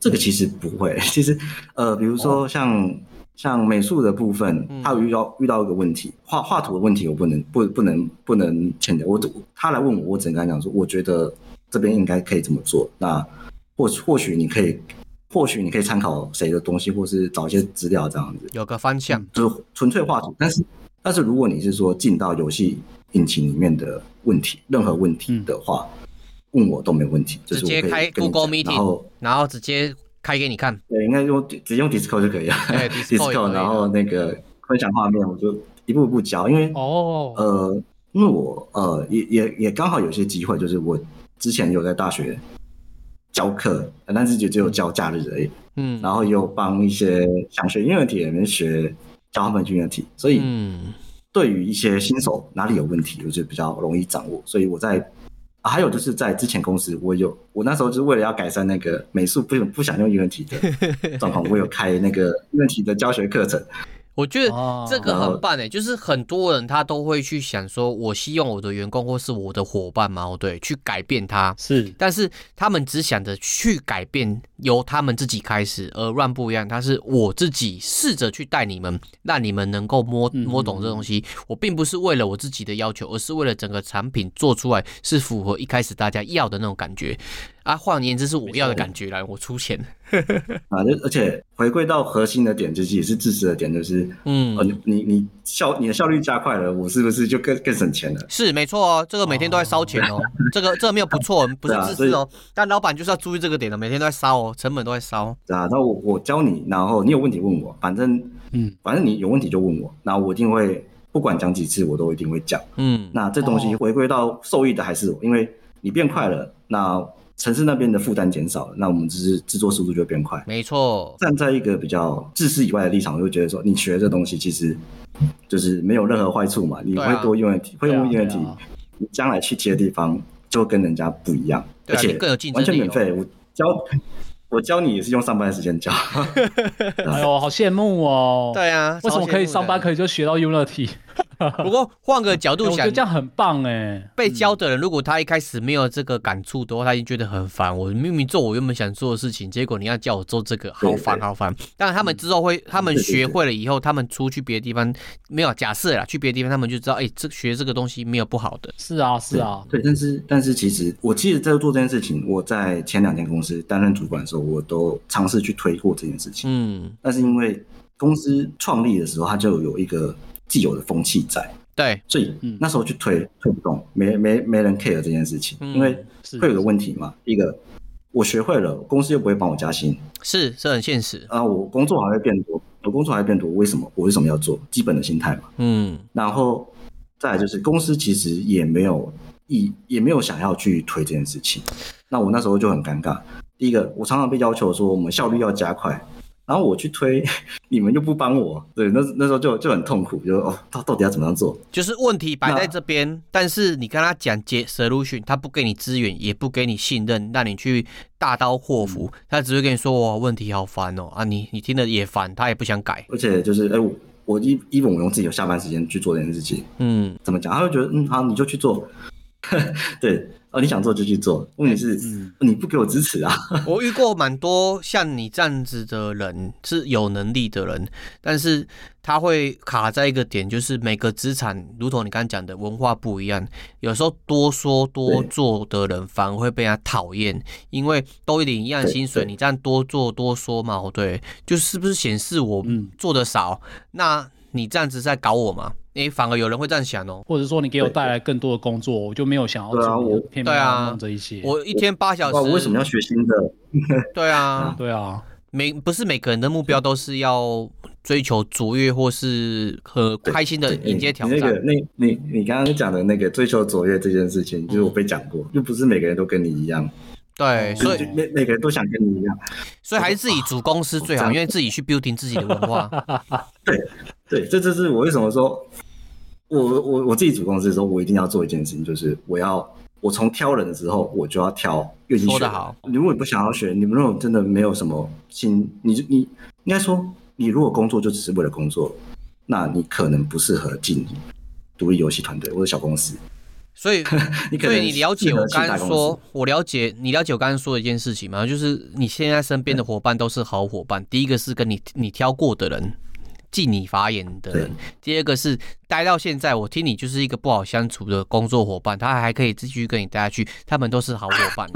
这个其实不会， 其实呃，比如哦说像、像美术的部分，嗯他有遇到遇到一个问题，画画图的问题，我不能不不能不能强调，我他来问我，我只能跟他讲说，我觉得这边应该可以这么做，那或或许你可以。或许你可以参考谁的东西，或是找一些资料这样子。有个方向，就是纯粹画图。但是，但是如果你是说进到游戏引擎里面的问题，任何问题的话，问我都没问题，就是直我接可以开跟你 Google 讲然 Meeting，后然后直接开给你 看，对，应该用直接用 Discord 就可以了对 Discord 也可以啊的然后那个分享画面，我就一步一步教，因为哦，呃，因为我呃也也也刚好有些机会，就是我之前有在大学教课，但是就只有教假日而已，嗯然后也有帮一些想学音乐体的人学教他们音乐体，所以嗯对于一些新手哪里有问题，我就比较容易掌握。所以我在、啊还有就是在之前公司，我有我那时候就是为了要改善那个美术不不想用 Unity 的状况，我有开那个 Unity 的教学课程。我觉得哦这个很棒诶、欸就是很多人他都会去想说，我希望我的员工或是我的伙伴嘛，哦对，去改变他，是但是他们只想着去改变，由他们自己开始，而 run 不一样，他是我自己试着去带你们，让你们能够摸嗯摸懂这东西。我并不是为了我自己的要求，而是为了整个产品做出来是符合一开始大家要的那种感觉。啊，换言之是我要的感觉啦，我出钱。啊，就而且回归到核心的点，就是也是自私的点，就是呃嗯，你你你效你的效率加快了，我是不是就更更省钱了？是没错哦，这个每天都在烧钱哦，这个这个没有不错，不是对啊自所私以哦，但老板就是要注意这个点的，每天都在烧哦，成本都在烧。对啊，那我我教你，然后你有问题问我，反正嗯，反正你有问题就问我，那我一定会不管讲几次，我都一定会讲。嗯，那这东西哦回归到受益的还是我，因为你变快了，那城市那边的负担减少了，那我们只是制作速度就会变快。没错，站在一个比较自私以外的立场，我就觉得说，你学这东西其实就是没有任何坏处嘛，你对啊会多用 Unity，、会用对啊 Unity，、对啊你将来去其他地方就跟人家不一样，对啊而且你更有竞争完力哦全免费，我教我教你也是用上班的时间教，哎呦，好羡慕哦。对啊，为什么可以上班以？可以就学到 Unity？不过换个角啊哎我度觉想得，这样很棒哎。被教的人，如果他一开始没有这个感触的话，他已经觉得很烦。我明明做我原本想做的事情，结果你要叫我做这个，好烦对嗯好烦。但他们之后会，他们对对学会了以后，他们出去别的地方没有假设啦，去别的地方他们就知道，哎，这学这个东西没有不好的。是啊，是啊， 对，但是但是其实我记得在做这件事情，我在前两间公司担任主管的时候，我都尝试去推过这件事情。嗯，但是因为公司创立的时候，它就有一个既有的风气在，对，所以嗯那时候去推推不动，没没没人 care 这件事情，嗯因为是会有个问题嘛，一个我学会了，公司又不会帮我加薪，是是很现实。啊，我工作还会变多，我工作还会变多，为什么？我为什么要做？基本的心态嘛。嗯然后再来就是公司其实也没有意，也没有想要去推这件事情。那我那时候就很尴尬。第一个，我常常被要求说我们效率要加快，然后我去推， 你们又不帮我，对，那那时候就就很痛苦，就哦，到到底要怎么样做？就是问题摆在那这边，但是你跟他讲解 solution，他不给你资源，也不给你信任，让你去大刀阔斧，他只会跟你说哇，问题好烦哦啊，你你听了也烦，他也不想改。而且就是，哎，我我一一本我用自己的下班时间去做这件事情，嗯 怎么讲？他会觉得，嗯，好，你就去做。对，哦，你想做就去做，问题是、你不给我支持啊， 我遇过蛮多像你这样子的人，是有能力的人，但是他会卡在一个点，就是每个职场，如同你刚刚讲的文化不一样，有时候多说多对做的人反而会被他讨厌，因为都领一样对薪水，对你这样多做多说嘛，对，就是不是显示我嗯做的少？那你这样子在搞我嘛？诶、反而有人会这样想哦。或者说你给我对对带来更多的工作，我就没有想要对啊做，我偏偏对啊要弄这一些。我一天八小哇，时，我为什么要学新的？对啊，对啊，每不是每个人的目标都是要追求卓越或是很开心的对迎接挑你那个战。，那你你刚刚讲的那个追求卓越这件事情，嗯就是我被讲过，又不是每个人都跟你一样，对，嗯所就以每每个人都想跟你一样，所以还是自己组公 司最好，因为自己去 building 自己的文化。对，这就是我为什么说，我我我自己主公司的时候，我一定要做一件事情，就是我要我从挑人的时候，我就要挑愿意学说得好。如果你不想要学，你们如果真的没有什么心，你就你应该说，你如果工作就只是为了工作，那你可能不适合进独立游戏团队或者小公司。所以，你可所能以你了解适合我去刚大公刚说司，我了解你了解我刚刚说的一件事情吗？就是你现在身边的伙伴都是好伙伴，第一个是跟你你挑过的人。敬你法眼的人对，第二个是待到现在，我听你就是一个不好相处的工作伙伴，他还可以继续跟你待下去，他们都是好伙 伴。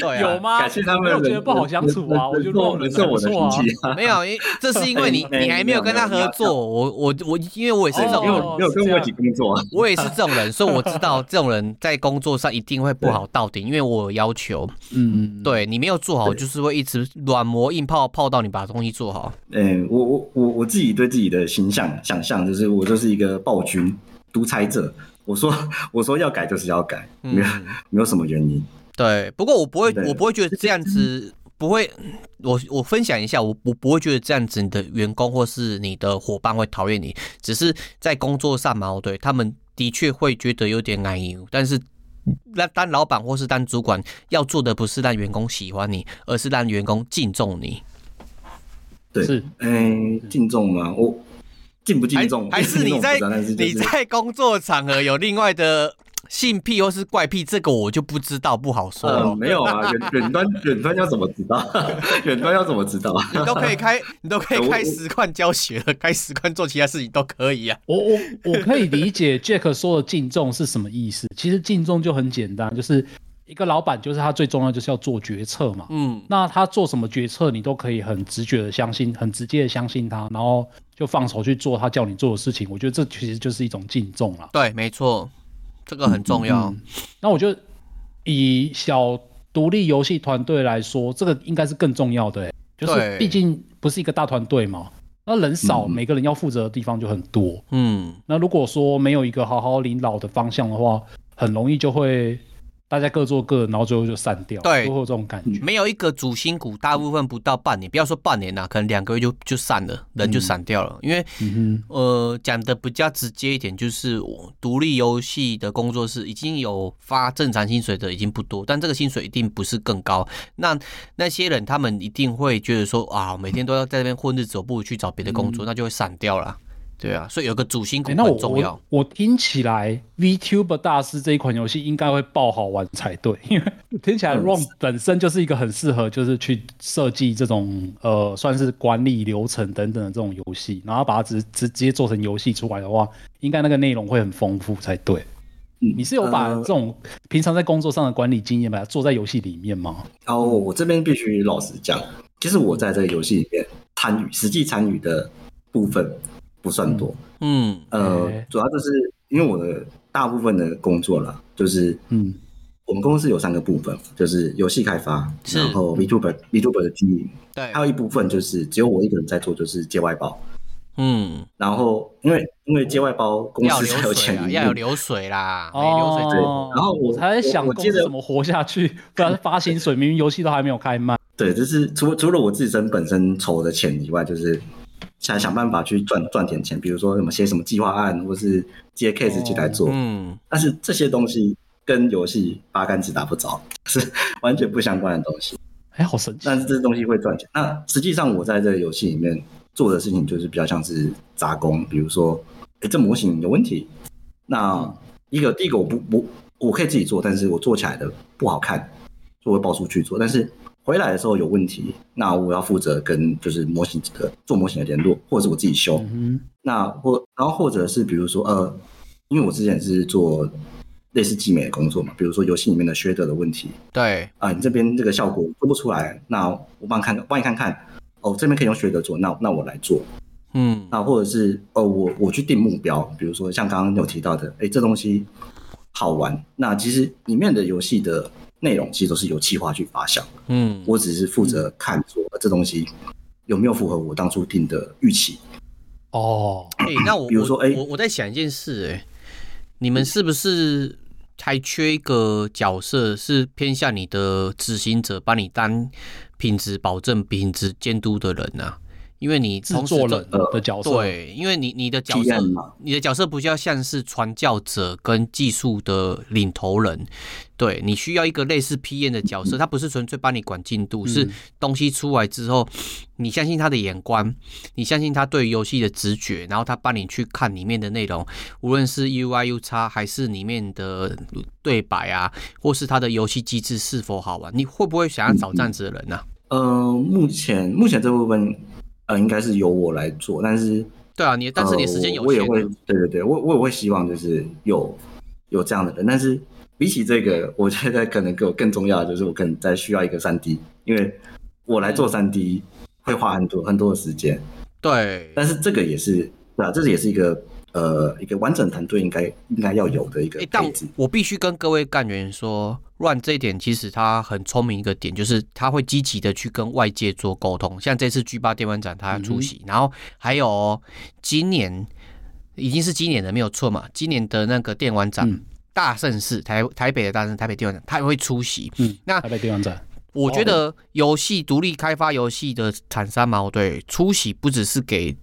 对、啊，有吗？感谢他我们，有觉得不好相处 啊，我觉得这种人人是还我不的错啊亲。戚 啊，没有，因这是因为你没有你还没有跟他合作。我我我，因为我也是这种没人，哦有没有跟我一起工 作啊，我也是这种人，所以我知道这种人在工作上一定会不好到顶，因为我有要求。嗯，对你没有做好，就是会一直软磨硬泡，泡到你把东西做好。嗯，我我我我自己对自己的形象想象就是我就是一个暴君、独裁者。我说我说要改就是要改，没嗯有，没有什么原因。对。不过我不会，对我不会觉得这样子不会。我我分享一下，我我不会觉得这样子你的员工或是你的伙伴会讨厌你，只是在工作上嘛，对他们的确会觉得有点难赢，但是。那当老板或是当主管要做的不是让员工喜欢你，而是让员工敬重你。对，是，嗯，敬重吗？我敬不敬重，还还是你我在不知道但是就是你在工作场合有另外的性癖或是怪癖，这个我就不知道，不好说呃哦了。没有啊，远远端远端要怎么知道？ 远端要怎么知道？你都可 以开，你都可以我开实况教学了，开实况做其他事情都可以啊。我我我可以理解 Jack 说的敬重是什么意思。其实敬重就很简单，就是一个老板，就是他最重要就是要做决策嘛。嗯，那他做什么决策，你都可以很直觉的相信，很直接的相信他，然后就放手去做他叫你做的事情。我觉得这其实就是一种敬重啊啦。对，没错，这个很重要。嗯那我觉得以小独立游戏团队来说，这个应该是更重要的、欸，就是对毕竟不是一个大团队嘛，那人少，嗯每个人要负责的地方就很多。嗯，那如果说没有一个好好领导的方向的话，很容易就会大家各做各的，然后最后就散掉，对都会有这种感觉。没有一个主心骨，大部分不到半年，不要说半年啦、可能两个月就就散了，人就散掉了，因为嗯呃，讲的比较直接一点，就是我独立游戏的工作室已经有发正常薪水的已经不多，但这个薪水一定不是更高。那那些人他们一定会觉得说啊，我每天都要在这边混日子，我不如去找别的工作，那就会散掉了。对啊，所以有个主心骨哼，欸嗯那我很重要。我我听起来 VTuber 大师这一款游戏应该会爆好玩才对， 因为听起来嗯 ROM 本身就是一个很适合就是去设计这种呃算是管理流程等等的这种游戏，然后把它直直接做成游戏出来的话，应该那个内容会很丰富才对。你是有把呃这种平常在工作上的管理经验，把它做在游戏里面吗？然后嗯我这边必须老实讲，其实我在这个游戏里面参与实际参与的部分不算多，嗯呃哎，主要就是因为我的大部分的工作啦，就是嗯，我们公司有三个部分，就是游戏开发，是然后 VTuber VTuber 的经营，对还，有一部分就是只有我一个人在做，就是接外包。嗯，然后因为因为接外包公要司流才有水钱啊，赢要有流水啦，没流水对怎么哦然后我我才在想我公接司着怎么活下去，不然发薪水，明明游戏都还没有开卖。对，就是除除了我自身本身筹的钱以外，就是想想办法去赚赚点钱，比如说什么写什么计划案，或是接 case 进来做。嗯，但是这些东西跟游戏八竿子打不着，是完全不相关的东西。哎，好神奇但！是这东西会赚钱。那实际上我在这个游戏里面做的事情就是比较像是杂工，比如说，哎，这模型有问题，那一个第一个我不不我可以自己做，但是我做起来的不好看，所以我会报出去做。但是回来的时候有问题，那我要负责跟就是模型的做模型的联络，或者是我自己修。嗯那或然后或者是比如说呃，因为我之前是做类似技美的工作嘛，比如说游戏里面的缺德的问题对，啊、你这边这个效果做不出来，那我帮你看帮你看看，哦，这边可以用学德做，那那我来做。嗯，那或者是呃，我我去定目标，比如说像刚刚有提到的，哎、这东西好玩。那其实里面的游戏的内容其实都是由企划去发想，嗯，我只是负责看说、呃这东西有没有符合我当初定的预期。哦，哎、那我比如说我哎我我在想一件事、哎，你们是不是还缺一个角色是偏向你的执行者，帮你当品质保证、品质监督的人呢、啊？因为你制同时作做人的哦角色，，对，因为你你的角体验色嘛，你的角色不要像是传教者跟技术的领头人，对你需要一个类似 P N 的角色，他不是纯粹帮你管进度，嗯是东西出来之后，你相信他的眼光，你相信他对游戏的直觉，然后他帮你去看里面的内容，无论是 U I U 叉还是里面的对白啊，或是他的游戏机制是否好玩，你会不会想要找嗯这样子的人呢、啊？呃，目前目前这部分呃应该是由我来做，但是对啊，你但是你的时间呃有我我也限会啊，对对对，我我也会希望就是有有这样的人，但是比起这个，我觉得可能给我更重要的就是我可能再需要一个三 D，因为我来做三 D 会花很多很多的时间，对，但是这个也是对啊，这是也是一个呃一个完整团队应该应该要有的一个哎、但配置。我必须跟各位干员说，Run 这一点其实他很聪明一个点，就是他会积极的去跟外界做沟通。像这次 G 八电玩展他出席，嗯然后还有哦今年已经是今年的没有错嘛，今年的那个电玩展、嗯大盛世台台北的大盛世台北电玩展，他也会出席。嗯，那台北电玩展，哦我觉得游戏独立开发游戏的厂商嘛，哦对，出席不只是给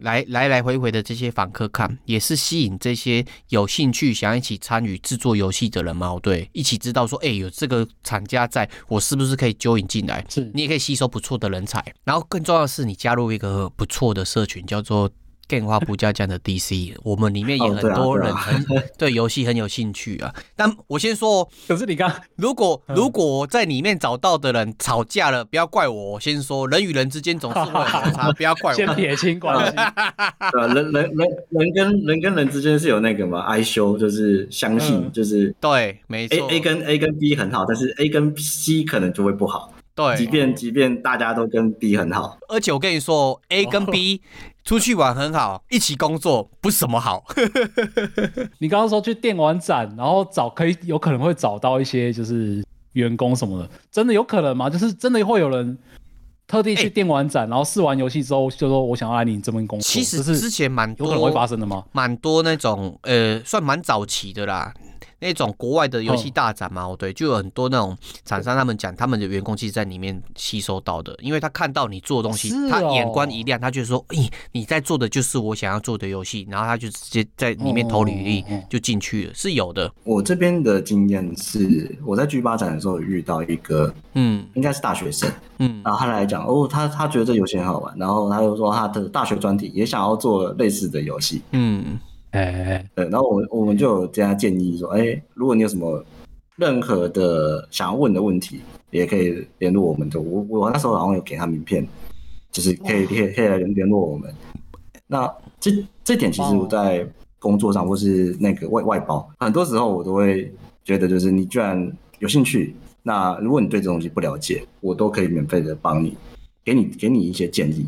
来来来回回的这些访客看，也是吸引这些有兴趣想要一起参与制作游戏的人嘛，哦对，一起知道说，哎、有这个厂家在，我是不是可以揪引进来？是你也可以吸收不错的人才。然后更重要的是，你加入一个不错的社群，叫做。电话不加酱的 DC，我们里面也哦很对啊多对人啊很对游戏很有兴趣啊。但我先说哦， 可是你刚如果嗯如果在里面找到的人吵架了，不要怪我。我先说，人与人之间总是会有摩 擦，不要怪先我。撇清关系，呃，人人人人跟人跟人之间是有那个嘛，哀修就是相信，嗯就是对，没 A 错 A 跟 A 跟 B 很好，但是 A 跟 C 可能就会不好。即对，便即便大家都跟 B 很好，而且我跟你说，A 跟 B 出去玩很好，一起工作不是什么好。 你刚刚说去电玩展，然后找可以有可能会找到一些就是员工什么的，真的有可能吗？就是真的会有人特地去哎电玩展，然后试完游戏之后就说我想要来你这边工作，其实这之是前蛮有多可能会发生的吗？蛮多那种呃，算蛮早期的啦。那种国外的游戏大展嘛，哦对，就有很多那种厂商，他们讲他们的员工其实在里面吸收到的，因为他看到你做的东西，是哦他眼光一亮，他就说，咦、你在做的就是我想要做的游戏，然后他就直接在里面投履历哦哦哦就进去了，是有的，我这边的经验是，我在 G 八展的时候有遇到一个嗯应该是大学生，嗯，然后他来讲，哦，他他觉得这游戏很好玩，然后他又说他的大学专题也想要做类似的游戏，嗯，哎哎，哎对，然后我我们就有跟他建议说，哎，如果你有什么任何的想要问的问题，也可以联络我们的，我我那时候好像有给他名片，就是可以可以可以来联络我们。那这这点其实我在工作上或是那个外外包，很多时候我都会觉得，就是你居然有兴趣，那如果你对这东西不了解，我都可以免费的帮你，给你给你一些建议。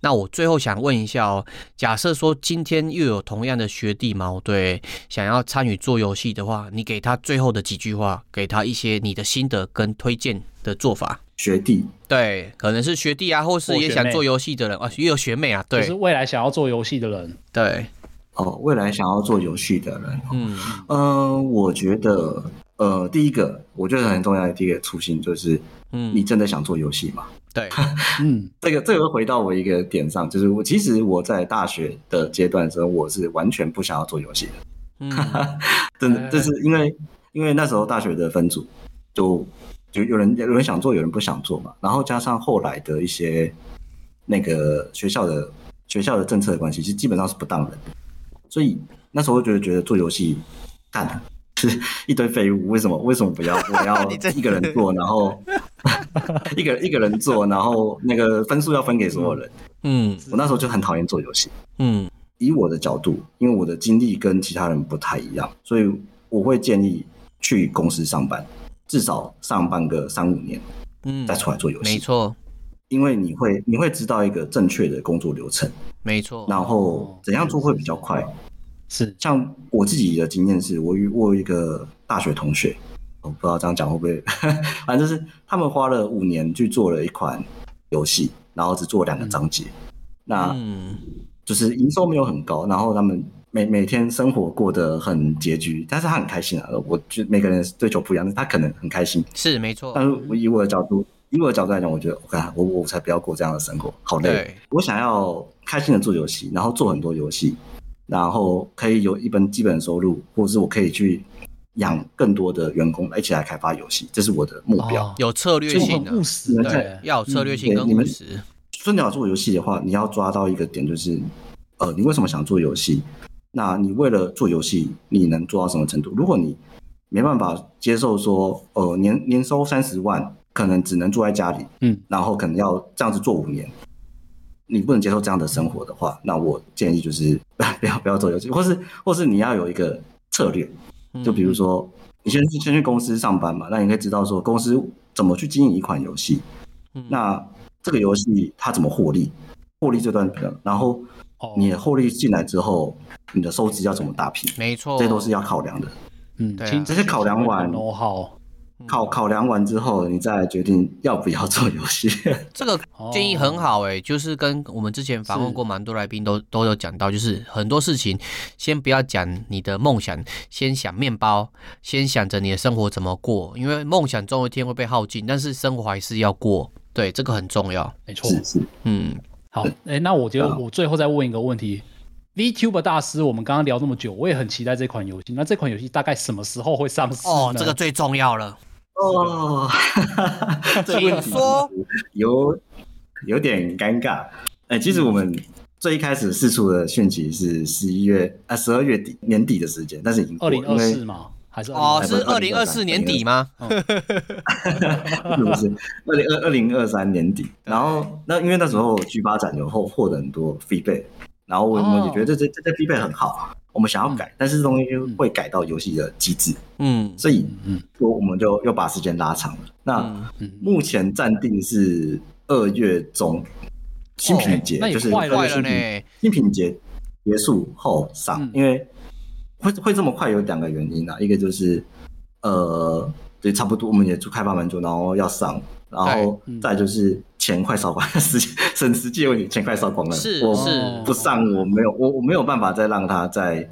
那我最后想问一下哦，假设说今天又有同样的学弟嘛，对，想要参与做游戏的话，你给他最后的几句话，给他一些你的心得跟推荐的做法。学弟，对，可能是学弟啊，或是或也学想妹做游戏的人啊，也有学妹啊，就对是未来想要做游戏的人，对，哦，未来想要做游戏的人，嗯嗯，我觉得，呃，第一个我觉得很重要的第一个初心就是，你嗯，真的想做游戏吗？ 对，嗯，这个这个回到我一个点上，就是我其实我在大学的阶段的时候，我是完全不想要做游戏的，嗯真的，就是因为因为那时候大学的分组就就有人有人想做，有人不想做嘛，然后加上后来的一些那个学校的学校的政策的关系，其实基本上是不当人的，所以那时候就觉得做游戏干，是一堆废物，为什么为什么不要？我要 你真一个人做，然 后一个一个人做，然后那个分数要分给所有人。嗯我那时候就很讨厌做游戏。嗯以我的角度，因为我的经历跟其他人不太一样，所以我会建议去公司上班，至少上班个三五年，嗯再出来做游戏。没，错，因为你会你会知道一个正确的工作流程，没错，然后怎样做会比较快。是像我自己的经验是，我有我有一个大学同学，我不知道这样讲会不 会，反正就是他们花了五年去做了一款游戏，然后只做两个章节，那嗯就是营收没有很高，然后他们每每天生活过得很拮据，但是他很开心啊。我觉得每个人追求不一样，但是他可能很开心，是没错但，是我以我的角度，以我的角度来讲，我觉得我看我我才不要过这样的生活，好累对。我想要开心的做游戏，然后做很多游戏，然后可以有一本基本收入，或者是我可以去养更多的员工一起来开发游戏，这是我的目标。哦有策略就性很务的，实你们的在，要有策略性嗯跟对你务们实，所以你要做游戏的话，你要抓到一个点，就是呃，你为什么想做游戏？那你为了做游戏，你能做到什么程度？如果你没办法接受说，呃，年年收三十万，可能只能坐在家里，嗯，然后可能要这样子做五年，你不能接受这样的生活的话，那我建议就是 不要不要做游戏，或是或是你要有一个策略，就比如说你先去先去公司上班嘛，那你可以知道说公司怎么去经营一款游戏，那这个游戏它怎么获利，获利这段比较，然后哦你的获利进来之后，你的收支要怎么打平，没哦错，这都是要考量的。嗯，对啊亲这些考量完哦好，考考量完之后，你再决定要不要做游戏。哦这个建议很好诶、欸就是跟我们之前访问过蛮多来宾都都有讲到，就是很多事情先不要讲你的梦想，先想面包，先想着你的生活怎么过，因为梦想总有一天会被耗尽，但是生活还是要过，对，这个很重要。没 错，是是，嗯，好，哎、那我觉得好我最后再问一个问题，VTuber 大师，我们刚刚聊那么久，我也很期待这款游戏。那这款游戏大概什么时候会上市呢？哦，这个最重要了，哦，这个问题请说有有点尴尬。哎、其实我嗯们最一开始试出的讯息是十一月啊十二月底年底的时间，但是已经过了二零二因四为嘛，还是哦， 2024是二零二四年底吗？是不是？二零二二零二三年底，然后那因为那时候 G 八展有获获得很多 feedback，然后我哦们也觉得这这这 feedback 很好，啊我们想要改，但是这东西就会改到游戏的机制，嗯所以嗯我我们就又把时间拉长了。那嗯，嗯，目前暂定是二月中新品节，那也就是快了二坏月了新品呢，新品节结束后上，嗯因为会会这么快有两个原因啊，一个就是呃，对，差不多我们也做开发蛮久，然后要上，然后对嗯再就是钱快烧光了，时间 省时间问题，钱快烧光了，是我是不上我没有我我没有办法再让他再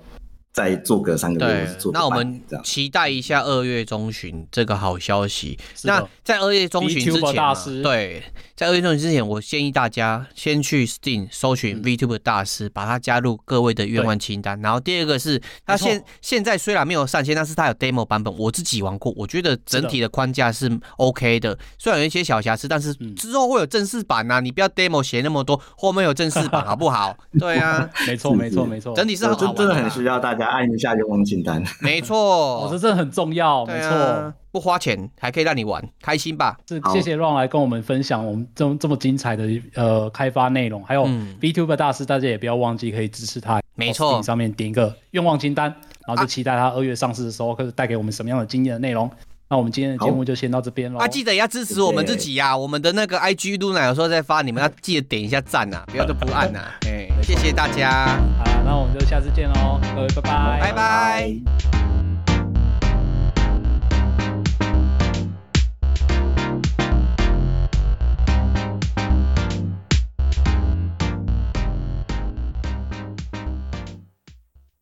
再做个三个月，或对是做，个那我半们年这样。期待一下二月中旬这个好消息。是的那在二月中旬之 VTuber 前大啊，师对，在二月中旬之前，我建议大家先去 Steam 嗯搜寻 VTuber 大师，把它加入各位的愿望清单。然后第二个是，它现现在虽然没有上线，但是它有 demo 版本，我自己玩过，我觉得整体的框架是 OK 的，虽然有一些小瑕疵，但是嗯之后会有正式版呐、啊，你不要 demo 写那么多，后面有正式版好不好？对 啊，没错，没错，没错，整体是我很好真玩哦真的啦很需要大家按一下愿望清单，没哦，错这，真的很重要，对哦没啊错。，哦不花钱还可以让你玩，开心吧？是好谢谢 Ron 来跟我们分享我们这么这么精彩的呃开发内容，还有嗯 VTuber 大师，大家也不要忘记可以支持他，没错哦啊 Steam 上面点一个愿望清单，然后就期待他二月上市的时候，可以带给我们什么样的惊艳的内容。那我们今天的节目就先到这边喽。啊，记得也要支持我们自己呀、我们的那个 IG 露娜有时候在发，你们要记得点一下赞呐、不要就不按呐、哎、谢谢大家，好啦，那我们就下次见喽，各位，拜拜，拜拜。